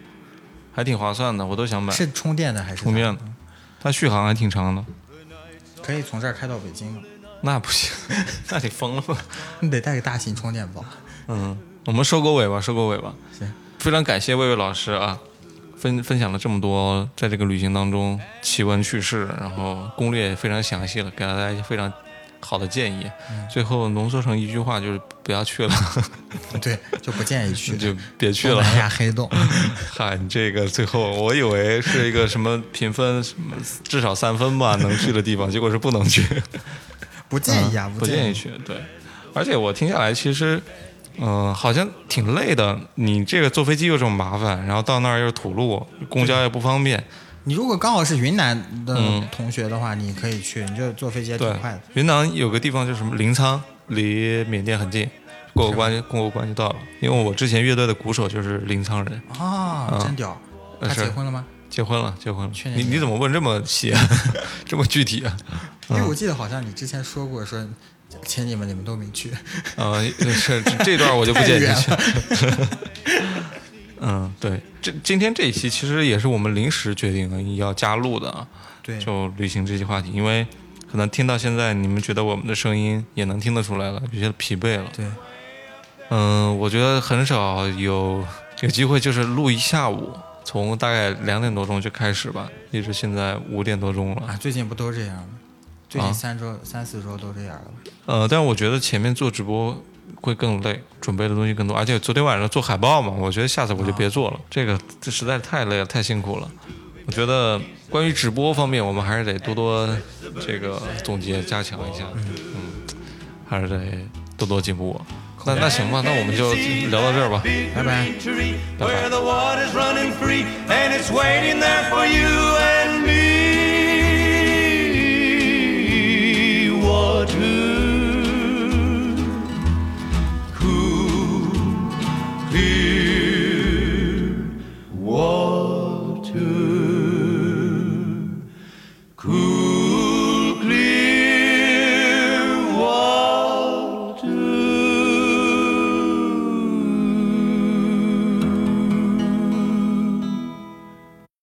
[SPEAKER 1] 还挺划算的，我都想买。
[SPEAKER 2] 是充电的还是
[SPEAKER 1] 充电的，它续航还挺长的。
[SPEAKER 2] 的？可以从这儿开到北京吗？
[SPEAKER 1] 那不行， 那得疯了吧？
[SPEAKER 2] 你得带个大型充电宝。
[SPEAKER 1] 嗯，我们收个尾吧，收个尾吧。
[SPEAKER 2] 行，
[SPEAKER 1] 非常感谢魏魏老师啊，分分享了这么多在这个旅行当中奇闻趣事，然后攻略也非常详细了，给了大家一些非常好的建议。最后浓缩成一句话就是不要去了，
[SPEAKER 2] 对，就不建议 去
[SPEAKER 1] 就别去
[SPEAKER 2] 东
[SPEAKER 1] 了。
[SPEAKER 2] 南亚黑洞。
[SPEAKER 1] 嗨，你这个最后我以为是一个什么评分，什么至少三分吧能去的地方，结果是不能去。
[SPEAKER 2] 不建议啊，
[SPEAKER 1] 嗯不建议。去。对，而且我听下来，其实，嗯、好像挺累的。你这个坐飞机又这么麻烦，然后到那儿又是土路，公交也不方便。
[SPEAKER 2] 你如果刚好是云南的同学的话，你可以去，你就坐飞机也
[SPEAKER 1] 嗯对
[SPEAKER 2] 挺快的。，
[SPEAKER 1] 云南有个地方叫什么临沧，离缅甸很近，过个关过个关就到了。因为我之前乐队的鼓手就是临沧人，
[SPEAKER 2] 啊，真屌！
[SPEAKER 1] 呃
[SPEAKER 2] 他
[SPEAKER 1] 是
[SPEAKER 2] 结婚了吗？
[SPEAKER 1] 结婚了，结婚了
[SPEAKER 2] 去。年
[SPEAKER 1] 你你怎么问这么细、啊， 这么具体啊？
[SPEAKER 2] 因为我记得好像你之前说过，说请你们，你们都没去。
[SPEAKER 1] 呃，是这这段我就不
[SPEAKER 2] 太
[SPEAKER 1] 剪进
[SPEAKER 2] 远
[SPEAKER 1] 去。 嗯，对，这今天这一期其实也是我们临时决定要加录的啊，
[SPEAKER 2] 对，
[SPEAKER 1] 就旅行这期话题，因为可能听到现在你们觉得我们的声音也能听得出来了，有些疲惫了。
[SPEAKER 2] 对，
[SPEAKER 1] 嗯，我觉得很少有有机会就是录一下午，从大概两点多钟就开始吧，一直现在五点多钟了。
[SPEAKER 2] 啊，最近不都这样吗？最
[SPEAKER 1] 啊
[SPEAKER 2] 近三周、三四周都这样了吧？
[SPEAKER 1] 呃，但我觉得前面做直播会更累，准备的东西更多，而且昨天晚上做海报嘛，我觉得下次我就别做了，这个这实在是太累了，太辛苦了。我觉得关于直播方面，我们还是得多多这个总结加强一下，嗯，还是得多多进步。
[SPEAKER 2] 口。
[SPEAKER 1] 那那行吧，那我们就聊到这儿吧。
[SPEAKER 2] 拜拜
[SPEAKER 3] Where the water's running free and it's waiting there for you and me. Water.